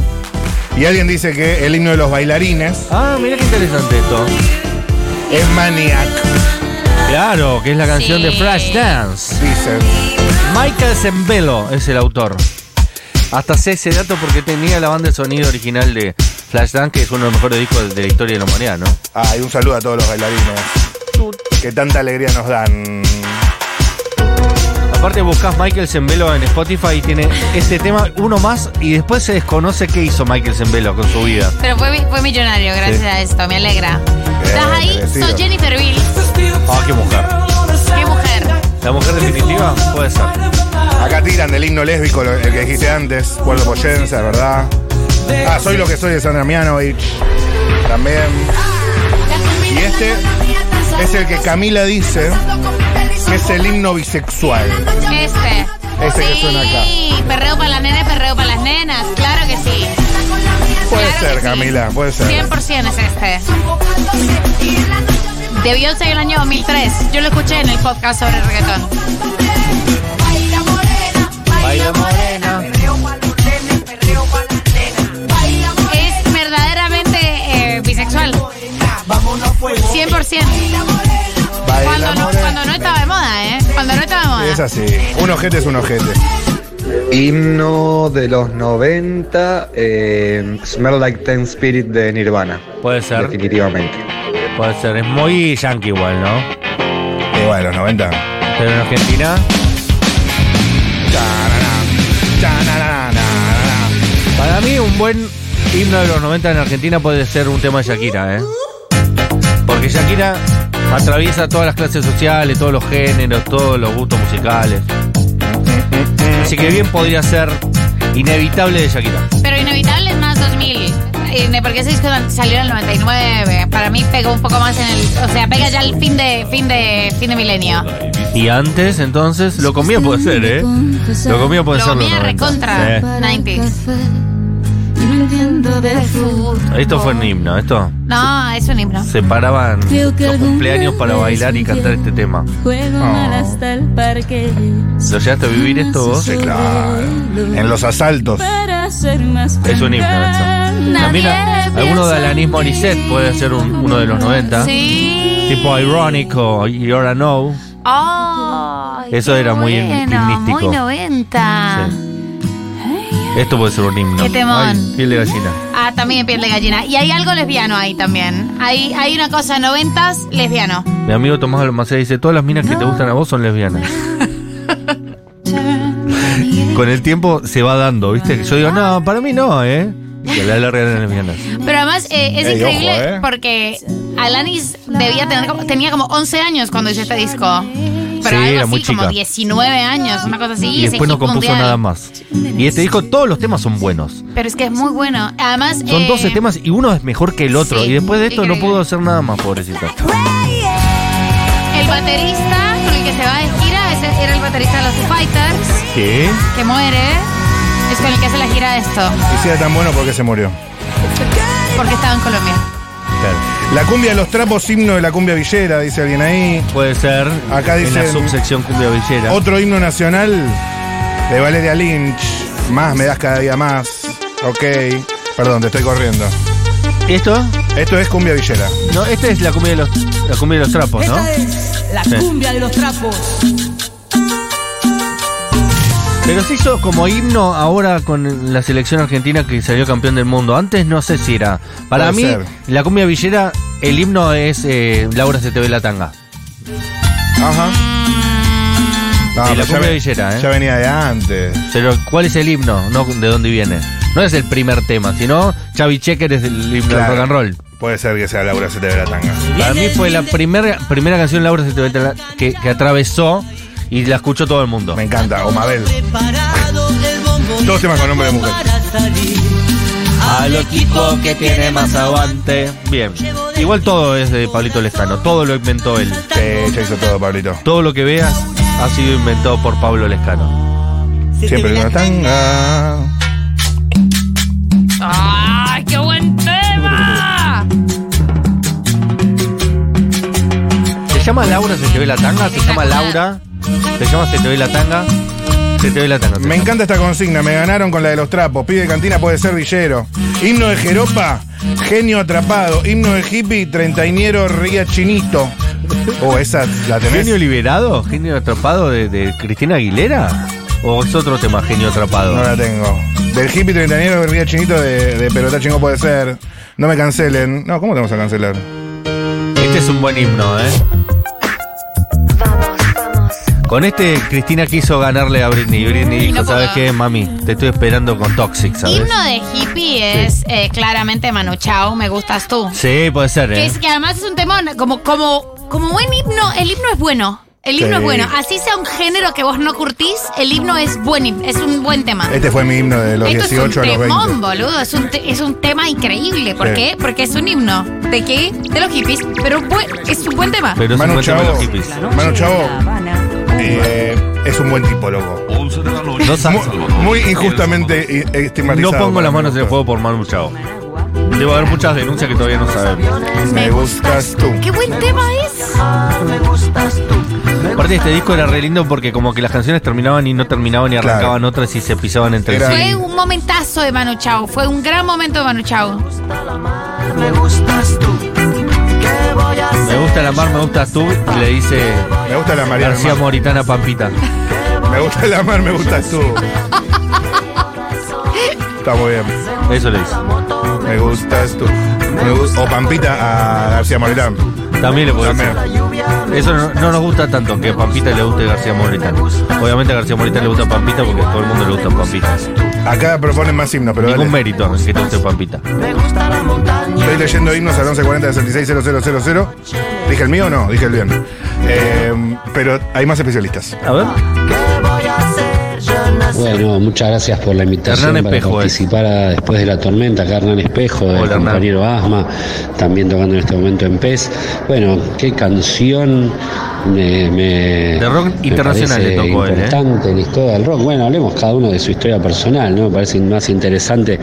[SPEAKER 2] Y alguien dice que el himno de los bailarines
[SPEAKER 1] Ah, mira qué interesante esto.
[SPEAKER 2] es Maniac.
[SPEAKER 1] Claro, que es la canción de
[SPEAKER 2] Sí.
[SPEAKER 1] Flashdance.
[SPEAKER 2] Dicen.
[SPEAKER 1] Michael Zembello es el autor. Hasta sé ese dato porque tenía la banda de sonido original de Flashdance, que es uno de los mejores discos de la historia de la humanidad, ¿no?
[SPEAKER 2] Ah, y un saludo a todos los bailarines. Que tanta alegría nos dan.
[SPEAKER 1] Aparte buscas Michael Zembello en Spotify y tiene este tema, uno más, y después se desconoce qué hizo Michael Zembello con su vida.
[SPEAKER 4] Pero fue, mi- fue millonario gracias
[SPEAKER 1] Sí.
[SPEAKER 4] a esto, me alegra.
[SPEAKER 2] Eh,
[SPEAKER 4] Estás ahí,
[SPEAKER 1] merecido.
[SPEAKER 4] soy Jennifer Bill.
[SPEAKER 1] Ah, qué mujer.
[SPEAKER 4] Qué mujer.
[SPEAKER 1] La mujer definitiva puede ser.
[SPEAKER 2] Acá tiran del himno lésbico, lo- el que dijiste antes. Cuerdo Poyense, ¿verdad? Ah, soy lo que soy de Sandra Mianovich. También. Y este es el que Camila dice que es el himno bisexual.
[SPEAKER 4] Este.
[SPEAKER 2] Este que suena acá.
[SPEAKER 4] Sí, perreo para las nenas, perreo para las nenas. Claro que sí.
[SPEAKER 2] Puede ser, Camila, puede ser.
[SPEAKER 4] 100% es este. De Beyoncé del año 2003. Yo lo escuché en el podcast sobre reggaetón.
[SPEAKER 1] Baila morena.
[SPEAKER 4] Es verdaderamente eh, bisexual. 100%. Cuando no, cuando no estaba de moda, ¿eh? Cuando no estaba de moda.
[SPEAKER 2] Es así. Un ojete es un ojete.
[SPEAKER 17] Himno de los 90, eh, Smell Like Ten Spirit de Nirvana.
[SPEAKER 1] Puede ser.
[SPEAKER 17] Definitivamente.
[SPEAKER 1] Puede ser, es muy yankee igual, ¿no?
[SPEAKER 2] Igual, los 90.
[SPEAKER 1] Pero en Argentina. Para mí, un buen himno de los 90 en Argentina puede ser un tema de Shakira, ¿eh? Porque Shakira atraviesa todas las clases sociales, todos los géneros, todos los gustos musicales. Así que bien podría ser inevitable de Shakira.
[SPEAKER 4] Pero Inevitable es más 2000. eh, Porque ese disco salió en el 99. Para mí pegó un poco más en el. O sea, pega ya el fin de, fin de, fin de milenio.
[SPEAKER 1] Y antes, entonces, lo comía puede ser, ¿eh? Lo comía puede
[SPEAKER 4] Lo
[SPEAKER 1] ser. los
[SPEAKER 4] comía
[SPEAKER 1] 90.
[SPEAKER 4] recontra
[SPEAKER 1] Sí.
[SPEAKER 4] 90s.
[SPEAKER 16] No entiendo de fútbol.
[SPEAKER 1] Esto fue un himno, esto.
[SPEAKER 4] No, es un himno.
[SPEAKER 1] Se paraban los cumpleaños para bailar y cantar este tema. Oh.
[SPEAKER 16] Juego mal hasta el parque.
[SPEAKER 1] ¿Lo llegaste a vivir esto vos?
[SPEAKER 2] Sí, claro. En los asaltos.
[SPEAKER 16] Para ser más
[SPEAKER 1] Es un himno esto. También a- alguno de Alanis Morissette puede ser un- uno de los 90.
[SPEAKER 4] Sí.
[SPEAKER 1] Tipo Ironic o You're a No.
[SPEAKER 4] ¡Oh!
[SPEAKER 1] Eso era muy himnístico.
[SPEAKER 4] muy 90.
[SPEAKER 1] Esto puede ser un himno.
[SPEAKER 4] Qué temón.
[SPEAKER 1] Ay, piel de gallina.
[SPEAKER 4] Ah, también piel de gallina. Y hay algo lesbiano ahí también. Hay, hay una cosa, 90s, lesbiano.
[SPEAKER 1] Mi amigo Tomás Almaceda dice, todas las minas que te gustan a vos son lesbianas. Con el tiempo se va dando, ¿viste? Yo digo, no, para mí no, ¿eh? Que la larga eran lesbianas.
[SPEAKER 4] Pero además eh, es
[SPEAKER 1] Ey,
[SPEAKER 4] increíble
[SPEAKER 1] ojo, eh.
[SPEAKER 4] porque Alanis debía tener como- tenía como 11 años cuando hizo este disco. Pero
[SPEAKER 1] Sí,
[SPEAKER 4] algo
[SPEAKER 1] era
[SPEAKER 4] así,
[SPEAKER 1] muy
[SPEAKER 4] como
[SPEAKER 1] chica.
[SPEAKER 4] 19 años, una cosa así.
[SPEAKER 1] Y
[SPEAKER 4] ese
[SPEAKER 1] después no
[SPEAKER 4] hit
[SPEAKER 1] compuso
[SPEAKER 4] mundial.
[SPEAKER 1] nada más. Y este disco, todos los temas son buenos.
[SPEAKER 4] Pero es que es muy bueno. Además.
[SPEAKER 1] Son
[SPEAKER 4] eh,
[SPEAKER 1] 12 temas y uno es mejor que el otro.
[SPEAKER 4] sí,
[SPEAKER 1] y después de esto no
[SPEAKER 4] increíble.
[SPEAKER 1] pudo hacer nada más, pobrecito.
[SPEAKER 4] El baterista con el que se va de gira ese era el baterista de los Foo Fighters,
[SPEAKER 1] ¿Qué?
[SPEAKER 4] que muere. Es con el que hace la gira de esto,
[SPEAKER 2] Y si era tan bueno porque se murió.
[SPEAKER 4] porque estaba en Colombia.
[SPEAKER 2] La cumbia de los trapos, himno de la cumbia villera, dice alguien ahí.
[SPEAKER 1] Puede ser.
[SPEAKER 2] Acá
[SPEAKER 1] en la
[SPEAKER 2] dicen-
[SPEAKER 1] subsección cumbia villera.
[SPEAKER 2] Otro himno nacional de Valeria Lynch. Más me das cada día más. Ok. Perdón, te estoy corriendo.
[SPEAKER 1] ¿Esto?
[SPEAKER 2] Esto es cumbia villera.
[SPEAKER 1] No, esta es la cumbia de los, la cumbia de los trapos, ¿no?
[SPEAKER 18] Esta es la
[SPEAKER 1] Sí.
[SPEAKER 18] cumbia de los trapos.
[SPEAKER 1] Pero se hizo como himno ahora con la selección argentina que salió campeón del mundo. Antes no sé si era. Para
[SPEAKER 2] Puede
[SPEAKER 1] mí,
[SPEAKER 2] ser.
[SPEAKER 1] la cumbia villera, el himno es eh, Laura se te ve la tanga.
[SPEAKER 2] Ajá. No,
[SPEAKER 1] de
[SPEAKER 2] pero
[SPEAKER 1] la
[SPEAKER 2] ya
[SPEAKER 1] cumbia
[SPEAKER 2] ve-
[SPEAKER 1] villera, ¿eh?
[SPEAKER 2] Ya venía de antes.
[SPEAKER 1] Pero ¿cuál es el himno? No de dónde viene. No es el primer tema, sino Chavi Checker es el himno del
[SPEAKER 2] Claro.
[SPEAKER 1] rock and roll.
[SPEAKER 2] Puede ser que sea Laura se te ve la tanga.
[SPEAKER 1] Para mí fue la primera primera canción Laura se te ve la- que, que atravesó y la escuchó todo el mundo. Me
[SPEAKER 2] encanta, o Mabel.
[SPEAKER 18] Parado el bombo
[SPEAKER 2] Dos temas con nombre de mujer.
[SPEAKER 18] para salir.
[SPEAKER 1] A los tipos que tiene más aguante. Bien. Igual todo es de Pablito Lescano. Todo lo inventó él.
[SPEAKER 2] Sí, ya hizo todo, Pablito.
[SPEAKER 1] Todo lo que veas ha sido inventado por Pablo Lescano.
[SPEAKER 2] Siempre con la tanga.
[SPEAKER 4] ¡Ay, qué buen tema!
[SPEAKER 1] ¿Se llama Laura se te ve la tanga? ¿Se llama Laura? ¿Se llama se te ve la tanga? Se te ve la tanga.
[SPEAKER 2] Me encanta esta consigna, me ganaron con la de los trapos. Pibe de cantina puede ser villero. Himno de Jeropa, genio atrapado. Himno de hippie, treintañero riachinito. Oh, esa la tenés.
[SPEAKER 1] ¿Genio liberado? ¿Genio atrapado de, de Cristina Aguilera? ¿O es otro tema genio atrapado?
[SPEAKER 2] No la tengo. Del hippie treintañero que ría chinito de, de pelota chingo puede ser. No me cancelen. No, ¿cómo te vamos a cancelar?
[SPEAKER 1] Este es un buen himno, ¿eh? Con este, Cristina quiso ganarle a Britney. Britney dijo, ¿sabes qué, mami? Te estoy esperando con Toxic, ¿sabes?
[SPEAKER 4] Himno de hippie es eh, claramente Manu Chao, me gustas tú.
[SPEAKER 1] Sí, puede ser,
[SPEAKER 4] Que,
[SPEAKER 1] ¿eh?
[SPEAKER 4] es, que además es un temón, como, como, como buen himno, el himno es bueno. El himno
[SPEAKER 2] Sí.
[SPEAKER 4] es bueno. Así sea un género que vos no curtís, el himno es buen him- es un buen tema.
[SPEAKER 2] Este fue mi himno de los
[SPEAKER 4] Esto es
[SPEAKER 2] 18 a
[SPEAKER 4] un
[SPEAKER 2] los 20.
[SPEAKER 4] temón, boludo. Es un, te- es un tema increíble. ¿Por
[SPEAKER 2] Sí.
[SPEAKER 4] qué? Porque es un himno. ¿De qué? De los hippies. Pero un buen- es un buen tema.
[SPEAKER 1] Pero es un
[SPEAKER 2] Manu
[SPEAKER 1] buen tema de
[SPEAKER 2] Chao.
[SPEAKER 1] los hippies.
[SPEAKER 2] Mano Chavo eh, es un buen tipo, loco.
[SPEAKER 1] No sabes.
[SPEAKER 2] Muy injustamente i-
[SPEAKER 1] No
[SPEAKER 2] estigmatizado.
[SPEAKER 1] pongo las manos en el fuego por Manu Chao. Debo haber muchas denuncias que todavía no sabemos.
[SPEAKER 2] Me gustas tú.
[SPEAKER 4] ¡Qué buen tema es!
[SPEAKER 9] Me gustas tú.
[SPEAKER 1] Aparte, este disco era re lindo porque como que las canciones terminaban y no terminaban y arrancaban otras y se pisaban entre
[SPEAKER 4] Fue
[SPEAKER 1] sí.
[SPEAKER 4] un momentazo de Manu Chao. Fue un gran momento de Manu Chao.
[SPEAKER 9] Me gustas tú. ¿Qué voy a
[SPEAKER 1] Me
[SPEAKER 9] hacer?
[SPEAKER 1] gusta la mar, me gustas tú, y le dice
[SPEAKER 2] Me gusta la María
[SPEAKER 1] García
[SPEAKER 2] del Mar.
[SPEAKER 1] Moritana Pampita.
[SPEAKER 2] Me gusta la mar, me gustas tú. Está muy bien.
[SPEAKER 1] Eso le dice.
[SPEAKER 2] Me gustas tú. Me gusta. O Pampita a García Moritán.
[SPEAKER 1] También le puede
[SPEAKER 2] También.
[SPEAKER 1] decir. Eso no, no nos gusta tanto, que a Pampita le guste García Moritana. Obviamente a García Moritana le gusta Pampita porque a todo el mundo le gusta Pampita.
[SPEAKER 2] Acá proponen más himnos, Ah, pero
[SPEAKER 1] Ningún
[SPEAKER 2] dale.
[SPEAKER 1] mérito que te guste Pampita.
[SPEAKER 2] Estoy leyendo himnos al 1140 66 000. ¿Dije el mío o no? Dije el bien. Eh, pero hay más especialistas.
[SPEAKER 1] A ver.
[SPEAKER 19] Bueno, muchas gracias por la invitación
[SPEAKER 1] Hernán
[SPEAKER 19] para
[SPEAKER 1] Espejo eh.
[SPEAKER 19] participar a Después de la Tormenta, acá Hernán Espejo, el
[SPEAKER 1] Hola, Hernán.
[SPEAKER 19] compañero Asma, también tocando en este momento en PES. Bueno, qué canción me, me-
[SPEAKER 1] rock
[SPEAKER 19] me
[SPEAKER 1] internacional
[SPEAKER 19] parece
[SPEAKER 1] le tocó él, ¿eh?
[SPEAKER 19] importante en la historia del rock. Bueno, hablemos cada uno de su historia personal, ¿no? Me parece más interesante,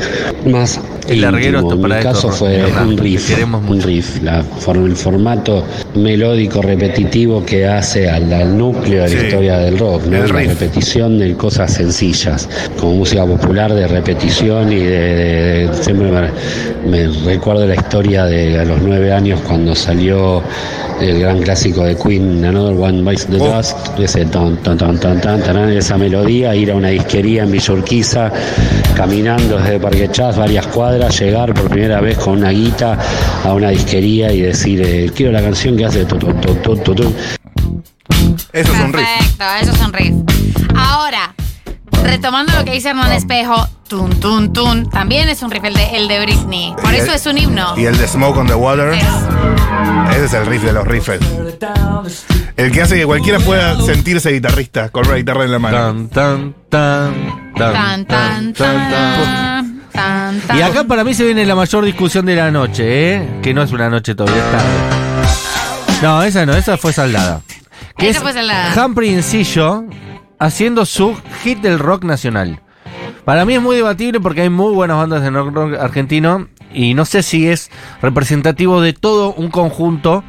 [SPEAKER 19] más
[SPEAKER 1] El larguero
[SPEAKER 19] íntimo.
[SPEAKER 1] está para
[SPEAKER 19] En mi
[SPEAKER 1] esto,
[SPEAKER 19] caso fue
[SPEAKER 1] Hernán,
[SPEAKER 19] un
[SPEAKER 1] te
[SPEAKER 19] riff,
[SPEAKER 1] queremos
[SPEAKER 19] un riff, la for- el formato melódico repetitivo que hace al, al núcleo de la
[SPEAKER 2] Sí.
[SPEAKER 19] historia del rock, ¿no?
[SPEAKER 2] El
[SPEAKER 19] La
[SPEAKER 2] riff.
[SPEAKER 19] repetición de cosas sencillas, como música popular de repetición y de, de- de- siempre me- me recuerdo la historia de a los nueve años cuando salió el gran clásico de Queen, Another One Bites the Dust, ese ton, ton, ton, ton, ton, tarán, esa melodía, ir a una disquería en Villa Urquiza, caminando desde Parque Chas, varias cuadras, llegar por primera vez con una guita a una disquería y decir, eh, quiero la canción que hace tu, tu, tu, tu, tu, tu.
[SPEAKER 2] Eso es un riff.
[SPEAKER 4] Perfecto, eso es un riff. Ahora, retomando lo que dice Hernán Espejo, tun, tun, tun, también es un riff el de, el de Britney. Por
[SPEAKER 2] Y
[SPEAKER 4] eso
[SPEAKER 2] el-
[SPEAKER 4] es un himno.
[SPEAKER 2] Y el de Smoke on the Water. Ese es el riff de los riffes. El que hace que cualquiera pueda sentirse guitarrista con una guitarra en la mano.
[SPEAKER 1] Tan, tan, tan,
[SPEAKER 4] Tan,
[SPEAKER 1] tan,
[SPEAKER 4] tan,
[SPEAKER 1] tan, tan.
[SPEAKER 4] tan, tan, tan.
[SPEAKER 1] Y acá para mí se viene la mayor discusión de la noche, ¿eh? Que no es una noche todavía, es tarde. No, esa no, esa fue saldada. Que
[SPEAKER 4] Esa
[SPEAKER 1] es
[SPEAKER 4] fue saldada.
[SPEAKER 1] Humphrey Encillo haciendo su hit del rock nacional. Para mí es muy debatible porque hay muy buenas bandas en rock, rock argentino y no sé si es representativo de todo un conjunto.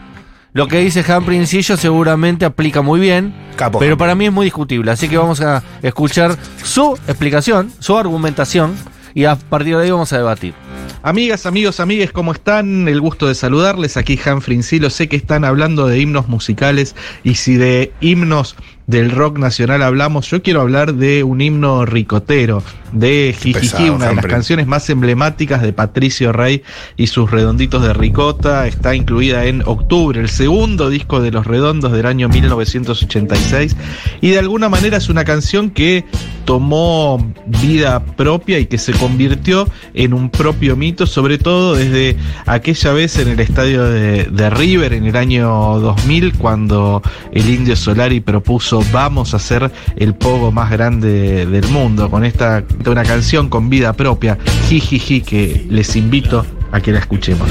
[SPEAKER 1] Lo que dice Humphrey Encillo seguramente aplica muy bien,
[SPEAKER 2] Capo.
[SPEAKER 1] pero para mí es muy discutible. Así que vamos a escuchar su explicación, su argumentación y a partir de ahí vamos a debatir.
[SPEAKER 12] Amigas, amigos, amigues, ¿cómo están? El gusto de saludarles. Aquí Hanfrin Silo. Sé que están hablando de himnos musicales y si de himnos del rock nacional hablamos, yo quiero hablar de un himno ricotero, de Jijiji,
[SPEAKER 2] pesado,
[SPEAKER 12] una de las
[SPEAKER 2] Hanfrin.
[SPEAKER 12] canciones más emblemáticas de Patricio Rey y sus redonditos de ricota. Está incluida en Octubre, el segundo disco de Los Redondos del año 1986. Y de alguna manera es una canción que tomó vida propia y que se convirtió en un propio mito, sobre todo desde aquella vez en el estadio de, de River en el año 2000, cuando el indio Solari propuso vamos a hacer el pogo más grande del mundo, con esta una canción con vida propia, jijiji, que les invito a que la escuchemos.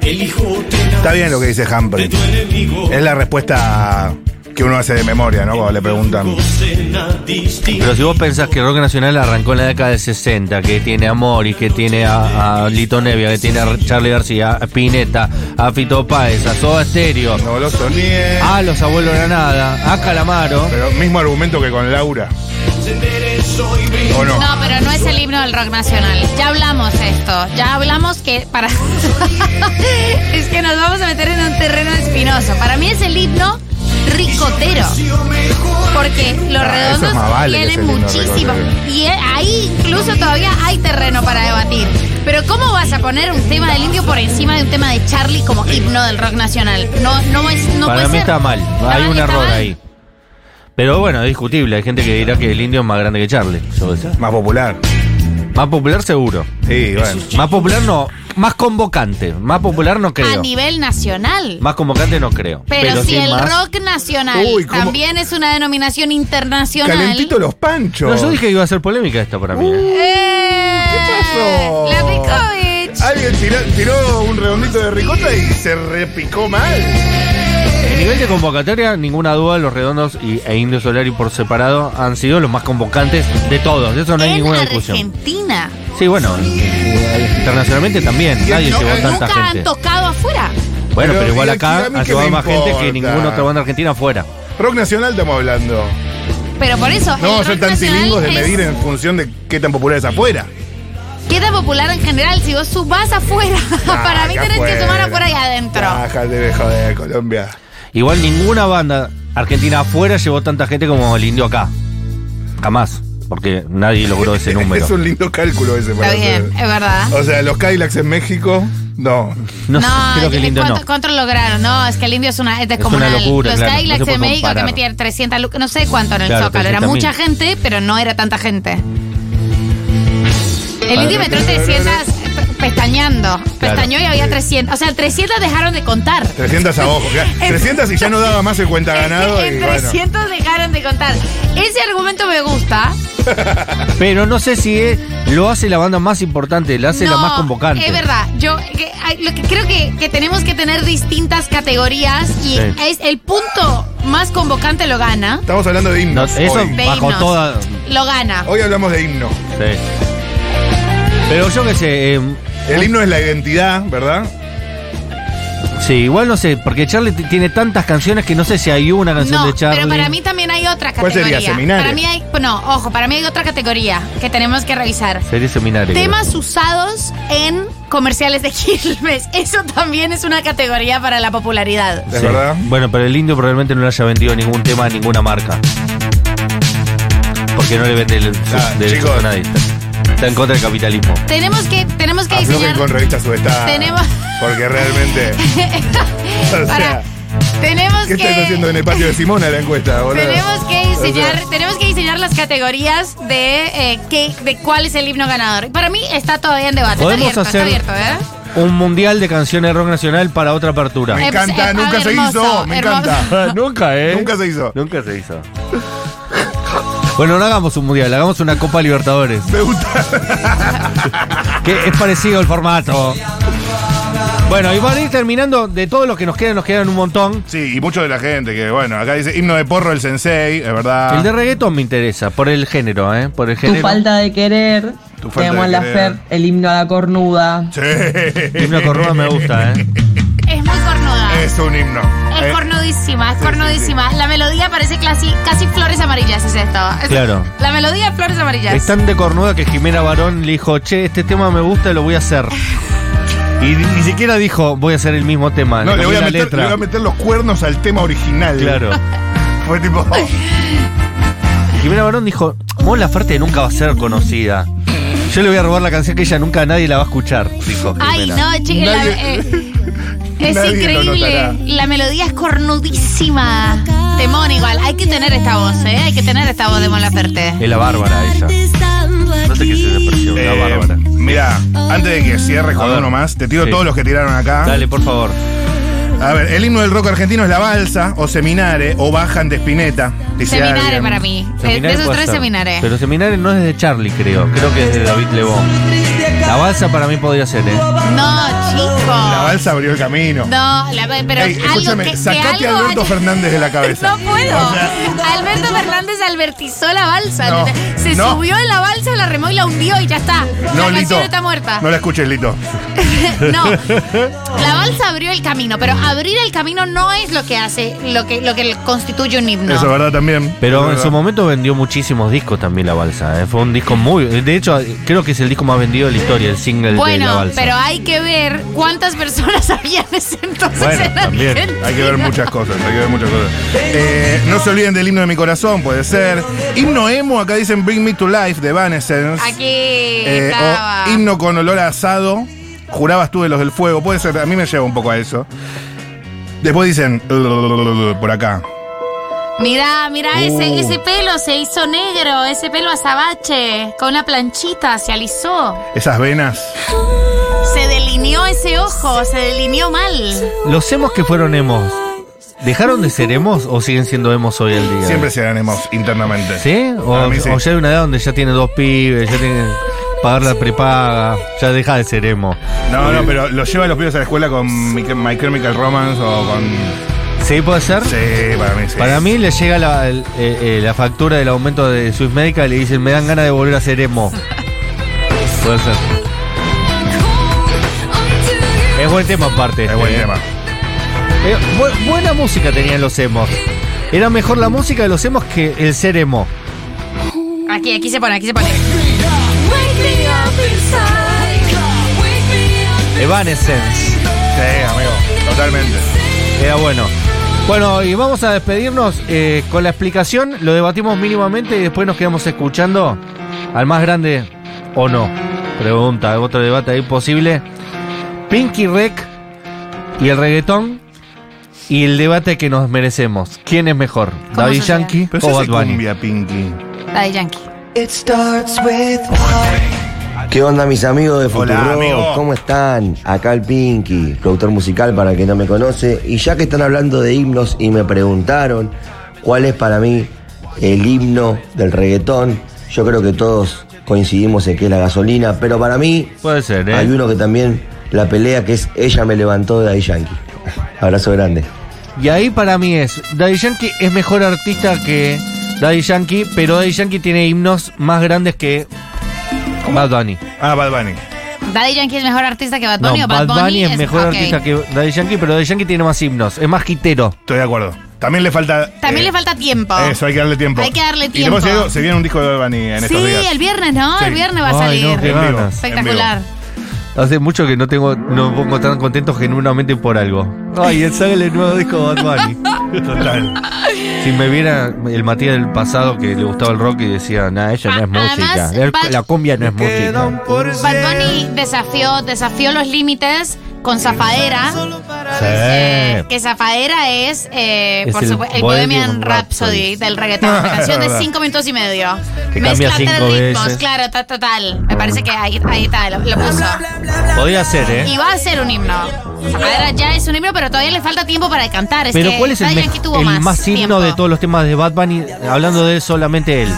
[SPEAKER 2] Está bien lo que dice Humphrey. Es la respuesta que uno hace de memoria, ¿no? Cuando le preguntan.
[SPEAKER 1] Pero si vos pensás que rock nacional arrancó en la década del 60, que tiene a Mori, que tiene a, a Lito Nevia, que tiene a Charlie García, a Pineta, a Fito Páez, a Soda Stereo,
[SPEAKER 2] No lo soñé.
[SPEAKER 1] a Ah, Los Abuelos Granada, a Ah, Calamaro.
[SPEAKER 2] Pero mismo argumento que con Laura. ¿O no?
[SPEAKER 4] No, pero no es el himno del rock nacional. Ya hablamos esto. Ya hablamos que para. es que nos vamos a meter en un terreno espinoso. Para mí es el himno ricotero. Porque los
[SPEAKER 2] Ah, eso
[SPEAKER 4] redondos
[SPEAKER 2] más vale que es
[SPEAKER 4] tienen
[SPEAKER 2] el himno
[SPEAKER 4] muchísimo.
[SPEAKER 2] ricotero.
[SPEAKER 4] Y eh, ahí incluso todavía hay terreno para debatir. Pero ¿cómo vas a poner un tema del indio por encima de un tema de Charlie como himno del rock nacional? No, no es, no
[SPEAKER 1] Para
[SPEAKER 4] puede
[SPEAKER 1] mí
[SPEAKER 4] ser.
[SPEAKER 1] está mal,
[SPEAKER 4] Está
[SPEAKER 1] hay
[SPEAKER 4] mal,
[SPEAKER 1] un
[SPEAKER 4] está
[SPEAKER 1] error
[SPEAKER 4] mal.
[SPEAKER 1] ahí. Pero bueno, es discutible, hay gente que dirá que el indio es más grande que Charlie.
[SPEAKER 2] Más popular.
[SPEAKER 1] Más popular seguro.
[SPEAKER 2] Sí, bueno.
[SPEAKER 1] Más popular no, más convocante, más popular no
[SPEAKER 4] A
[SPEAKER 1] creo.
[SPEAKER 4] nivel nacional.
[SPEAKER 1] Más convocante no creo.
[SPEAKER 4] Pero, si
[SPEAKER 1] sí
[SPEAKER 4] el
[SPEAKER 1] más-
[SPEAKER 4] rock nacional
[SPEAKER 2] Uy, ¿cómo?
[SPEAKER 4] también es una denominación internacional.
[SPEAKER 2] Calentito los panchos. Uh,
[SPEAKER 1] No, yo dije que iba a ser polémica esto para mí. ¿eh?
[SPEAKER 4] ¡Eh!
[SPEAKER 2] pasó?
[SPEAKER 4] ¡La Ricovich!
[SPEAKER 2] Alguien tiró, tiró un redondito de ricota y se repicó mal.
[SPEAKER 1] El nivel de convocatoria, ninguna duda, los redondos y, e Indio Solari por separado han sido los más convocantes de todos. De eso no hay
[SPEAKER 4] En
[SPEAKER 1] ninguna discusión.
[SPEAKER 4] Argentina.
[SPEAKER 1] Sí, bueno, eh, internacionalmente también. Nadie
[SPEAKER 4] No,
[SPEAKER 1] llevó tanta
[SPEAKER 4] nunca han
[SPEAKER 1] gente.
[SPEAKER 4] tocado afuera.
[SPEAKER 1] Bueno, pero
[SPEAKER 2] Pero,
[SPEAKER 1] igual
[SPEAKER 2] ¿y aquí
[SPEAKER 1] acá
[SPEAKER 2] a mí
[SPEAKER 1] ha
[SPEAKER 2] qué
[SPEAKER 1] llevado
[SPEAKER 2] me
[SPEAKER 1] más gente que
[SPEAKER 2] importa?
[SPEAKER 1] ninguna otra banda argentina afuera.
[SPEAKER 2] Rock nacional estamos hablando.
[SPEAKER 4] Pero por eso.
[SPEAKER 2] No vamos
[SPEAKER 4] el
[SPEAKER 2] a ser
[SPEAKER 4] rock
[SPEAKER 2] tan
[SPEAKER 4] nacional
[SPEAKER 2] tilingos de
[SPEAKER 4] es-
[SPEAKER 2] medir en función de qué tan popular es afuera.
[SPEAKER 4] ¿Qué tan popular en general? Si vos subás afuera, para mí
[SPEAKER 2] Ah, acá
[SPEAKER 4] tenés que sumar
[SPEAKER 2] afuera.
[SPEAKER 4] afuera y adentro.
[SPEAKER 2] Baja de joder, Colombia.
[SPEAKER 1] Igual ninguna banda argentina afuera llevó tanta gente como el Indio acá. Jamás. Porque nadie logró ese número.
[SPEAKER 2] Es un lindo cálculo ese para
[SPEAKER 4] Está bien,
[SPEAKER 2] hacer.
[SPEAKER 4] es verdad.
[SPEAKER 2] O sea, los Cadillacs en México, no.
[SPEAKER 1] No, creo que el
[SPEAKER 4] eh,
[SPEAKER 1] Indio no.
[SPEAKER 4] ¿cuánto, cuánto lograron? No, es que el indio es una es descomunal.
[SPEAKER 1] una locura,
[SPEAKER 4] Los
[SPEAKER 1] claro, no
[SPEAKER 4] Cadillacs
[SPEAKER 1] se puede
[SPEAKER 4] en México que
[SPEAKER 1] comparar.
[SPEAKER 4] metían 300 lucas, no sé cuánto en el
[SPEAKER 1] Claro,
[SPEAKER 4] Zócalo. Era mucha
[SPEAKER 1] 300.000.
[SPEAKER 4] gente, pero no era tanta gente. El
[SPEAKER 1] Para-
[SPEAKER 4] indio metió 300 pe- pestañeando. Pestañó y había 300. O sea, 300 dejaron de contar.
[SPEAKER 2] 300 a ojo. claro. 300 y ya no daba más el cuenta ganado. y
[SPEAKER 4] En
[SPEAKER 2] bueno.
[SPEAKER 4] 300 dejaron de contar. Ese argumento me gusta.
[SPEAKER 1] Pero no sé si eh, lo hace la banda más importante, la hace la
[SPEAKER 4] No,
[SPEAKER 1] más convocante.
[SPEAKER 4] Es verdad. Yo que- ay, lo que creo que, que tenemos que tener distintas categorías y
[SPEAKER 1] Sí.
[SPEAKER 4] es el punto más convocante lo gana.
[SPEAKER 2] Estamos hablando de
[SPEAKER 1] No,
[SPEAKER 2] himnos.
[SPEAKER 1] eso
[SPEAKER 2] hoy.
[SPEAKER 4] De
[SPEAKER 1] bajo
[SPEAKER 4] himnos.
[SPEAKER 1] toda.
[SPEAKER 4] Lo gana.
[SPEAKER 2] Hoy hablamos de himno.
[SPEAKER 1] Sí. Pero yo qué sé. eh,
[SPEAKER 2] El himno es la identidad, ¿verdad?
[SPEAKER 1] sí, igual no sé, porque Charlie t- tiene tantas canciones que no sé si hay una canción
[SPEAKER 4] No,
[SPEAKER 1] Ah, de Charlie.
[SPEAKER 4] pero para mí también hay otra
[SPEAKER 1] ¿Cuál sería?
[SPEAKER 4] categoría.
[SPEAKER 1] ¿Seminario?
[SPEAKER 4] Para mí hay, no, ojo, para mí hay otra categoría que tenemos que revisar.
[SPEAKER 1] Sería seminario.
[SPEAKER 4] Temas usados en comerciales de Quilmes. Eso también es una categoría para la popularidad.
[SPEAKER 1] Sí. Bueno, pero el indio probablemente no le haya vendido ningún tema a ninguna marca. Porque no le vende el
[SPEAKER 2] Ah,
[SPEAKER 1] del
[SPEAKER 2] chicos.
[SPEAKER 1] a nadie. Está en contra del capitalismo.
[SPEAKER 4] Tenemos que, tenemos que
[SPEAKER 2] Aflojen
[SPEAKER 4] diseñar.
[SPEAKER 2] con revista subestada.
[SPEAKER 4] Tenemos.
[SPEAKER 2] Porque realmente. O sea,
[SPEAKER 4] Para- tenemos
[SPEAKER 2] ¿qué
[SPEAKER 4] que.
[SPEAKER 2] estás haciendo en el patio de Simona la encuesta, boludo?
[SPEAKER 4] Tenemos que
[SPEAKER 2] O sea,
[SPEAKER 4] diseñar, tenemos que diseñar las categorías de eh, qué, de cuál es el himno ganador. Y Para mí está todavía en debate.
[SPEAKER 1] Podemos
[SPEAKER 4] está abierto,
[SPEAKER 1] hacer-
[SPEAKER 4] está abierto, ¿eh?
[SPEAKER 1] Un mundial de canciones de rock nacional para otra apertura.
[SPEAKER 2] Me
[SPEAKER 4] Eh, pues,
[SPEAKER 2] encanta,
[SPEAKER 4] eh,
[SPEAKER 2] nunca
[SPEAKER 4] ah,
[SPEAKER 2] se
[SPEAKER 4] hermoso,
[SPEAKER 2] hizo, me
[SPEAKER 4] hermoso.
[SPEAKER 2] encanta.
[SPEAKER 1] Nunca, ¿eh?
[SPEAKER 2] Nunca se hizo.
[SPEAKER 1] Nunca se hizo. Bueno, no hagamos un mundial, hagamos una Copa Libertadores.
[SPEAKER 2] Me gusta.
[SPEAKER 1] Que es parecido el formato. Bueno, y van a ir terminando. De todos los que nos quedan, nos quedan un montón.
[SPEAKER 2] Sí, y mucho de la gente que, bueno, acá dice himno de porro el sensei, es verdad.
[SPEAKER 1] El de reggaetón me interesa, por el género, ¿eh? Por el
[SPEAKER 20] Tu
[SPEAKER 1] género.
[SPEAKER 20] falta de querer.
[SPEAKER 2] Tu falta
[SPEAKER 20] Tenemos
[SPEAKER 2] de
[SPEAKER 20] la
[SPEAKER 2] querer.
[SPEAKER 20] Fer, el himno a la cornuda.
[SPEAKER 2] Sí.
[SPEAKER 1] Himno cornuda me gusta, ¿eh?
[SPEAKER 4] Es muy cornuda.
[SPEAKER 2] Es un himno.
[SPEAKER 4] Es
[SPEAKER 2] Eh,
[SPEAKER 4] cornudísima, es
[SPEAKER 2] sí,
[SPEAKER 4] cornudísima. La melodía parece casi, casi flores amarillas, es esto. Es-
[SPEAKER 1] Claro.
[SPEAKER 4] La melodía de flores amarillas.
[SPEAKER 1] Es tan de cornuda que Jimena Barón le dijo, che, este tema me gusta, lo voy a hacer. Y ni siquiera dijo, voy a hacer el mismo tema.
[SPEAKER 2] No, le voy,
[SPEAKER 1] cambió
[SPEAKER 2] a
[SPEAKER 1] Ah, la
[SPEAKER 2] meter,
[SPEAKER 1] letra.
[SPEAKER 2] le voy a meter los cuernos al tema original.
[SPEAKER 1] Claro.
[SPEAKER 2] Fue tipo.
[SPEAKER 1] Jimena Barón dijo, Mon Laferte nunca va a ser conocida. Yo le voy a robar la canción que ella nunca nadie la va a escuchar, dijo
[SPEAKER 4] Ay,
[SPEAKER 1] Jimena.
[SPEAKER 4] no, chica, la-
[SPEAKER 2] Nadie-
[SPEAKER 4] eh, es
[SPEAKER 2] Nadie lo notará.
[SPEAKER 4] increíble. La melodía es cornudísima. Temón igual. Hay que tener esta voz, ¿eh? Hay que tener esta voz de Mon Laferte.
[SPEAKER 1] Es la bárbara ella. No sé qué se desapareció, la
[SPEAKER 2] Eh,
[SPEAKER 1] bárbara.
[SPEAKER 2] mira, antes de que cierres con uno más, te tiro
[SPEAKER 1] Sí.
[SPEAKER 2] todos los que tiraron acá.
[SPEAKER 1] Dale, por favor.
[SPEAKER 2] A ver, el himno del rock argentino es la balsa, o seminare, o bajan de espineta. dice
[SPEAKER 4] Seminare
[SPEAKER 2] alguien.
[SPEAKER 4] para mí. Eh, De- de
[SPEAKER 1] Seminario
[SPEAKER 4] esos
[SPEAKER 1] puede
[SPEAKER 4] tres
[SPEAKER 1] ser.
[SPEAKER 4] seminares.
[SPEAKER 1] Pero Seminario no es de Charlie, creo. Creo que es de David Lebón. La balsa para mí podría ser, ¿eh?
[SPEAKER 4] No,
[SPEAKER 2] La
[SPEAKER 4] chicos.
[SPEAKER 2] balsa abrió el camino.
[SPEAKER 4] No, la- pero
[SPEAKER 2] Ey,
[SPEAKER 4] algo
[SPEAKER 2] escúchame,
[SPEAKER 4] que, que
[SPEAKER 2] sacate a
[SPEAKER 4] algo
[SPEAKER 2] Alberto
[SPEAKER 4] haya-
[SPEAKER 2] Fernández de la cabeza.
[SPEAKER 4] No puedo.
[SPEAKER 2] O sea,
[SPEAKER 4] Alberto Fernández albertizó la balsa.
[SPEAKER 2] No,
[SPEAKER 4] Se
[SPEAKER 2] no.
[SPEAKER 4] subió en la balsa, la remó y la hundió y ya está.
[SPEAKER 2] no,
[SPEAKER 4] la
[SPEAKER 2] Lito.
[SPEAKER 4] canción está muerta.
[SPEAKER 2] No la escuches, Lito.
[SPEAKER 4] No, la balsa abrió el camino, pero abrir el camino no es lo que hace, lo que, lo que constituye un himno.
[SPEAKER 2] Eso es verdad también.
[SPEAKER 1] Pero
[SPEAKER 2] Eso es
[SPEAKER 1] en su
[SPEAKER 2] verdad.
[SPEAKER 1] momento vendió muchísimos discos también La Balsa. ¿eh? Fue un disco muy. De hecho, creo que es el disco más vendido de la historia, el single de La
[SPEAKER 4] Bueno,
[SPEAKER 1] Balsa.
[SPEAKER 4] pero hay que ver cuántas personas había en ese entonces en Argentina.
[SPEAKER 2] Hay que ver muchas cosas, hay que ver muchas cosas. Eh, no se olviden del himno de mi corazón, puede ser. Himno emo, acá dicen Bring Me to Life de Evanescence.
[SPEAKER 4] Aquí
[SPEAKER 2] Eh,
[SPEAKER 4] estaba.
[SPEAKER 2] o himno con olor a asado. Jurabas tú de los del fuego. Puede ser, a mí me lleva un poco a eso. Después dicen por acá.
[SPEAKER 4] Mirá, mirá,
[SPEAKER 2] Uh.
[SPEAKER 4] ese, ese pelo se hizo negro, ese pelo azabache, con una planchita se alisó.
[SPEAKER 2] Esas venas.
[SPEAKER 4] Se delineó ese ojo, se delineó mal.
[SPEAKER 1] Los emos que fueron emos, ¿dejaron de ser emos o siguen siendo emos hoy en día?
[SPEAKER 2] Siempre serán emos internamente.
[SPEAKER 1] ¿Sí? O,
[SPEAKER 2] A mí sí.
[SPEAKER 1] o ya hay una edad donde ya tiene dos pibes, ya tiene que pagar la prepaga, ya deja de ser emo.
[SPEAKER 2] No, no, pero los lleva a los pibes a la escuela con My, My Chemical Romance o con.
[SPEAKER 1] ¿Sí puede ser?
[SPEAKER 2] Sí, para mí sí.
[SPEAKER 1] Para mí le llega la, el- eh, eh, la factura del aumento de Swiss Medical y le dicen, me dan ganas de volver a ser emo. Puede ser. Es buen tema aparte.
[SPEAKER 2] Es buen
[SPEAKER 1] eh.
[SPEAKER 2] tema.
[SPEAKER 1] Eh, bu- buena música tenían los emos. Era mejor la música de los emos que el ser emo.
[SPEAKER 4] Aquí, aquí se pone, aquí se pone.
[SPEAKER 1] Evanescence.
[SPEAKER 2] Sí, amigo, totalmente.
[SPEAKER 1] Era bueno. Bueno, y vamos a despedirnos eh, con la explicación. Lo debatimos mínimamente y después nos quedamos escuchando al más grande o no. Pregunta, otro debate ahí posible. Pinky Rec y el reggaetón. Y el debate que nos merecemos. ¿Quién es mejor? ¿David
[SPEAKER 4] sociedad?
[SPEAKER 1] Yankee
[SPEAKER 2] Pero
[SPEAKER 1] o
[SPEAKER 2] eso
[SPEAKER 1] Bad
[SPEAKER 2] es
[SPEAKER 1] Bunny?
[SPEAKER 2] cumbia, Pinky.
[SPEAKER 4] La de Yankee.
[SPEAKER 21] ¿Qué onda mis amigos de
[SPEAKER 2] Hola,
[SPEAKER 21] Futuro?
[SPEAKER 2] amigo.
[SPEAKER 21] ¿Cómo están? Acá el Pinky, productor musical para el que no me conoce. Y ya que están hablando de himnos y me preguntaron cuál es para mí el himno del reggaetón, yo creo que todos coincidimos en que es la gasolina, pero para mí
[SPEAKER 1] Puede ser, ¿eh?
[SPEAKER 21] hay uno que también la pelea que es Ella me levantó de ahí Yankee. Abrazo grande.
[SPEAKER 1] Y ahí para mí es, Daddy Yankee es mejor artista que Daddy Yankee, pero Daddy Yankee tiene himnos más grandes que Bad Bunny.
[SPEAKER 2] Ah, Bad Bunny.
[SPEAKER 4] Daddy Yankee es mejor artista que Bad Bunny
[SPEAKER 1] no,
[SPEAKER 4] o Bad,
[SPEAKER 1] Bunny es mejor
[SPEAKER 4] ok.
[SPEAKER 1] artista que Daddy Yankee, pero Daddy Yankee tiene más himnos, es más quitero.
[SPEAKER 2] Estoy de acuerdo. También le falta.
[SPEAKER 4] También
[SPEAKER 2] eh,
[SPEAKER 4] le falta tiempo.
[SPEAKER 2] Eso, hay que darle tiempo.
[SPEAKER 4] Hay que darle
[SPEAKER 2] Y
[SPEAKER 4] tiempo.
[SPEAKER 2] después se viene un disco de Bad Bunny en estos
[SPEAKER 4] sí,
[SPEAKER 2] días.
[SPEAKER 4] el viernes, ¿no?
[SPEAKER 2] Sí.
[SPEAKER 4] El viernes va a
[SPEAKER 1] Ay,
[SPEAKER 4] salir.
[SPEAKER 1] no, qué
[SPEAKER 2] En vivo.
[SPEAKER 1] ganas.
[SPEAKER 4] Espectacular.
[SPEAKER 1] Hace mucho que no tengo, no me pongo tan contento genuinamente por algo. Ay, el sale el nuevo disco de Bad Bunny.
[SPEAKER 2] Total.
[SPEAKER 1] Si me viera el Matías del pasado que le gustaba el rock y decía, nah, ella no es
[SPEAKER 4] además,
[SPEAKER 1] música, el-
[SPEAKER 4] Bad-
[SPEAKER 1] la cumbia no es música.
[SPEAKER 4] Bad Bunny desafió, desafió los límites con Zafadera.
[SPEAKER 1] Sí.
[SPEAKER 4] Eh, Que Zafadera es, eh,
[SPEAKER 1] Eh, Es
[SPEAKER 4] por
[SPEAKER 1] el
[SPEAKER 4] supuesto, el
[SPEAKER 1] Bohemian
[SPEAKER 4] Bohemian Rhapsody
[SPEAKER 1] Rhapsody.
[SPEAKER 4] del reggaetón.
[SPEAKER 1] Ah,
[SPEAKER 4] Una canción
[SPEAKER 1] es
[SPEAKER 4] de
[SPEAKER 1] verdad.
[SPEAKER 4] 5 minutos y medio.
[SPEAKER 1] Que
[SPEAKER 4] Mezcla
[SPEAKER 1] cambia cinco
[SPEAKER 4] tres ritmos,
[SPEAKER 1] veces.
[SPEAKER 4] claro, ta- total. Me parece que ahí, ahí está, lo, lo puso.
[SPEAKER 1] Podría ser, ¿eh?
[SPEAKER 4] Y va a ser un himno. Zafadera ya es un himno, pero todavía le falta tiempo para cantar. Es
[SPEAKER 1] Pero
[SPEAKER 4] que
[SPEAKER 1] ¿cuál es el,
[SPEAKER 4] Daddy
[SPEAKER 1] mej-
[SPEAKER 4] Yankee tuvo
[SPEAKER 1] el
[SPEAKER 4] más,
[SPEAKER 1] más,
[SPEAKER 4] tiempo.
[SPEAKER 1] signo de todos los temas de Bad Bunny? Hablando de él, solamente él.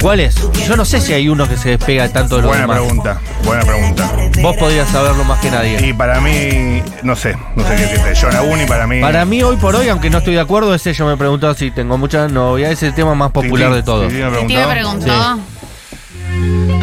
[SPEAKER 1] ¿Cuál es? Yo no sé si hay uno que se despega tanto de los
[SPEAKER 2] Buena
[SPEAKER 1] demás.
[SPEAKER 2] pregunta, buena pregunta.
[SPEAKER 1] Vos podrías saberlo más que nadie.
[SPEAKER 2] Y para mí, no sé, no sé qué decirte. John Aguni para mí.
[SPEAKER 1] Para mí, hoy por hoy, aunque no estoy de acuerdo, ese yo me preguntó si tengo mucha novia. Es el tema más popular de todos.
[SPEAKER 2] Titi me
[SPEAKER 4] Titi
[SPEAKER 2] preguntó.
[SPEAKER 4] me preguntó.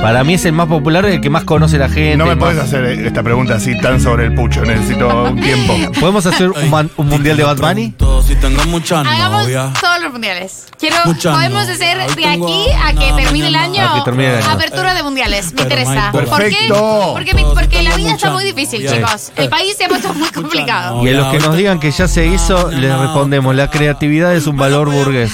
[SPEAKER 1] Para mí es el más popular, el que más conoce la gente.
[SPEAKER 2] No me
[SPEAKER 1] más-
[SPEAKER 2] puedes hacer esta pregunta así tan sobre el pucho, necesito un tiempo.
[SPEAKER 1] ¿Podemos hacer un, man- un mundial de Bad Bunny?
[SPEAKER 22] Si tengo
[SPEAKER 1] Ah,
[SPEAKER 22] mucha
[SPEAKER 4] Hagamos
[SPEAKER 22] novia.
[SPEAKER 4] todos los mundiales. Quiero,
[SPEAKER 22] Mucha
[SPEAKER 4] podemos
[SPEAKER 22] novia.
[SPEAKER 4] hacer
[SPEAKER 22] Hoy
[SPEAKER 4] de
[SPEAKER 22] tengo
[SPEAKER 4] aquí a que termine el año,
[SPEAKER 1] A que termine el año.
[SPEAKER 4] apertura de mundiales. Me
[SPEAKER 22] Pero
[SPEAKER 4] interesa.
[SPEAKER 22] my God.
[SPEAKER 4] ¿Por qué?
[SPEAKER 22] Perfecto.
[SPEAKER 4] Porque, mi- porque la vida está muy difícil,
[SPEAKER 1] Sí.
[SPEAKER 4] chicos. El país se ha puesto muy complicado.
[SPEAKER 1] Y a los que nos digan que ya se
[SPEAKER 22] Ah,
[SPEAKER 1] hizo, les respondemos: la creatividad es un valor burgués.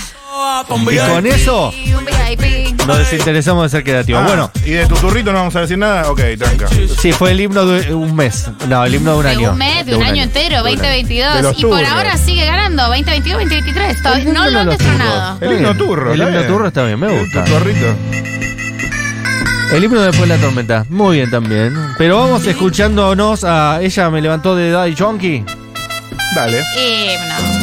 [SPEAKER 1] Y con eso
[SPEAKER 4] Y un VIP.
[SPEAKER 1] nos desinteresamos de ser creativos.
[SPEAKER 2] Ah,
[SPEAKER 1] Bueno,
[SPEAKER 2] ¿Y de tu turrito no vamos a decir nada? Ok, tranca.
[SPEAKER 1] sí, fue el himno de un mes. No, el himno de un
[SPEAKER 4] De
[SPEAKER 1] año.
[SPEAKER 4] un mes, de un año entero,
[SPEAKER 1] De
[SPEAKER 4] 2022.
[SPEAKER 1] los
[SPEAKER 4] Y por
[SPEAKER 1] turros.
[SPEAKER 4] ahora sigue ganando, 2022, 2023. Todavía no lo han destronado.
[SPEAKER 2] El himno turro,
[SPEAKER 1] El
[SPEAKER 2] está
[SPEAKER 1] himno
[SPEAKER 2] bien.
[SPEAKER 1] turro está bien, me gusta.
[SPEAKER 2] Tu turrito.
[SPEAKER 1] El himno después de la tormenta. Muy bien también. Pero vamos escuchándonos a Ella me levantó de Daddy Chonky.
[SPEAKER 2] Dale.
[SPEAKER 4] Himno.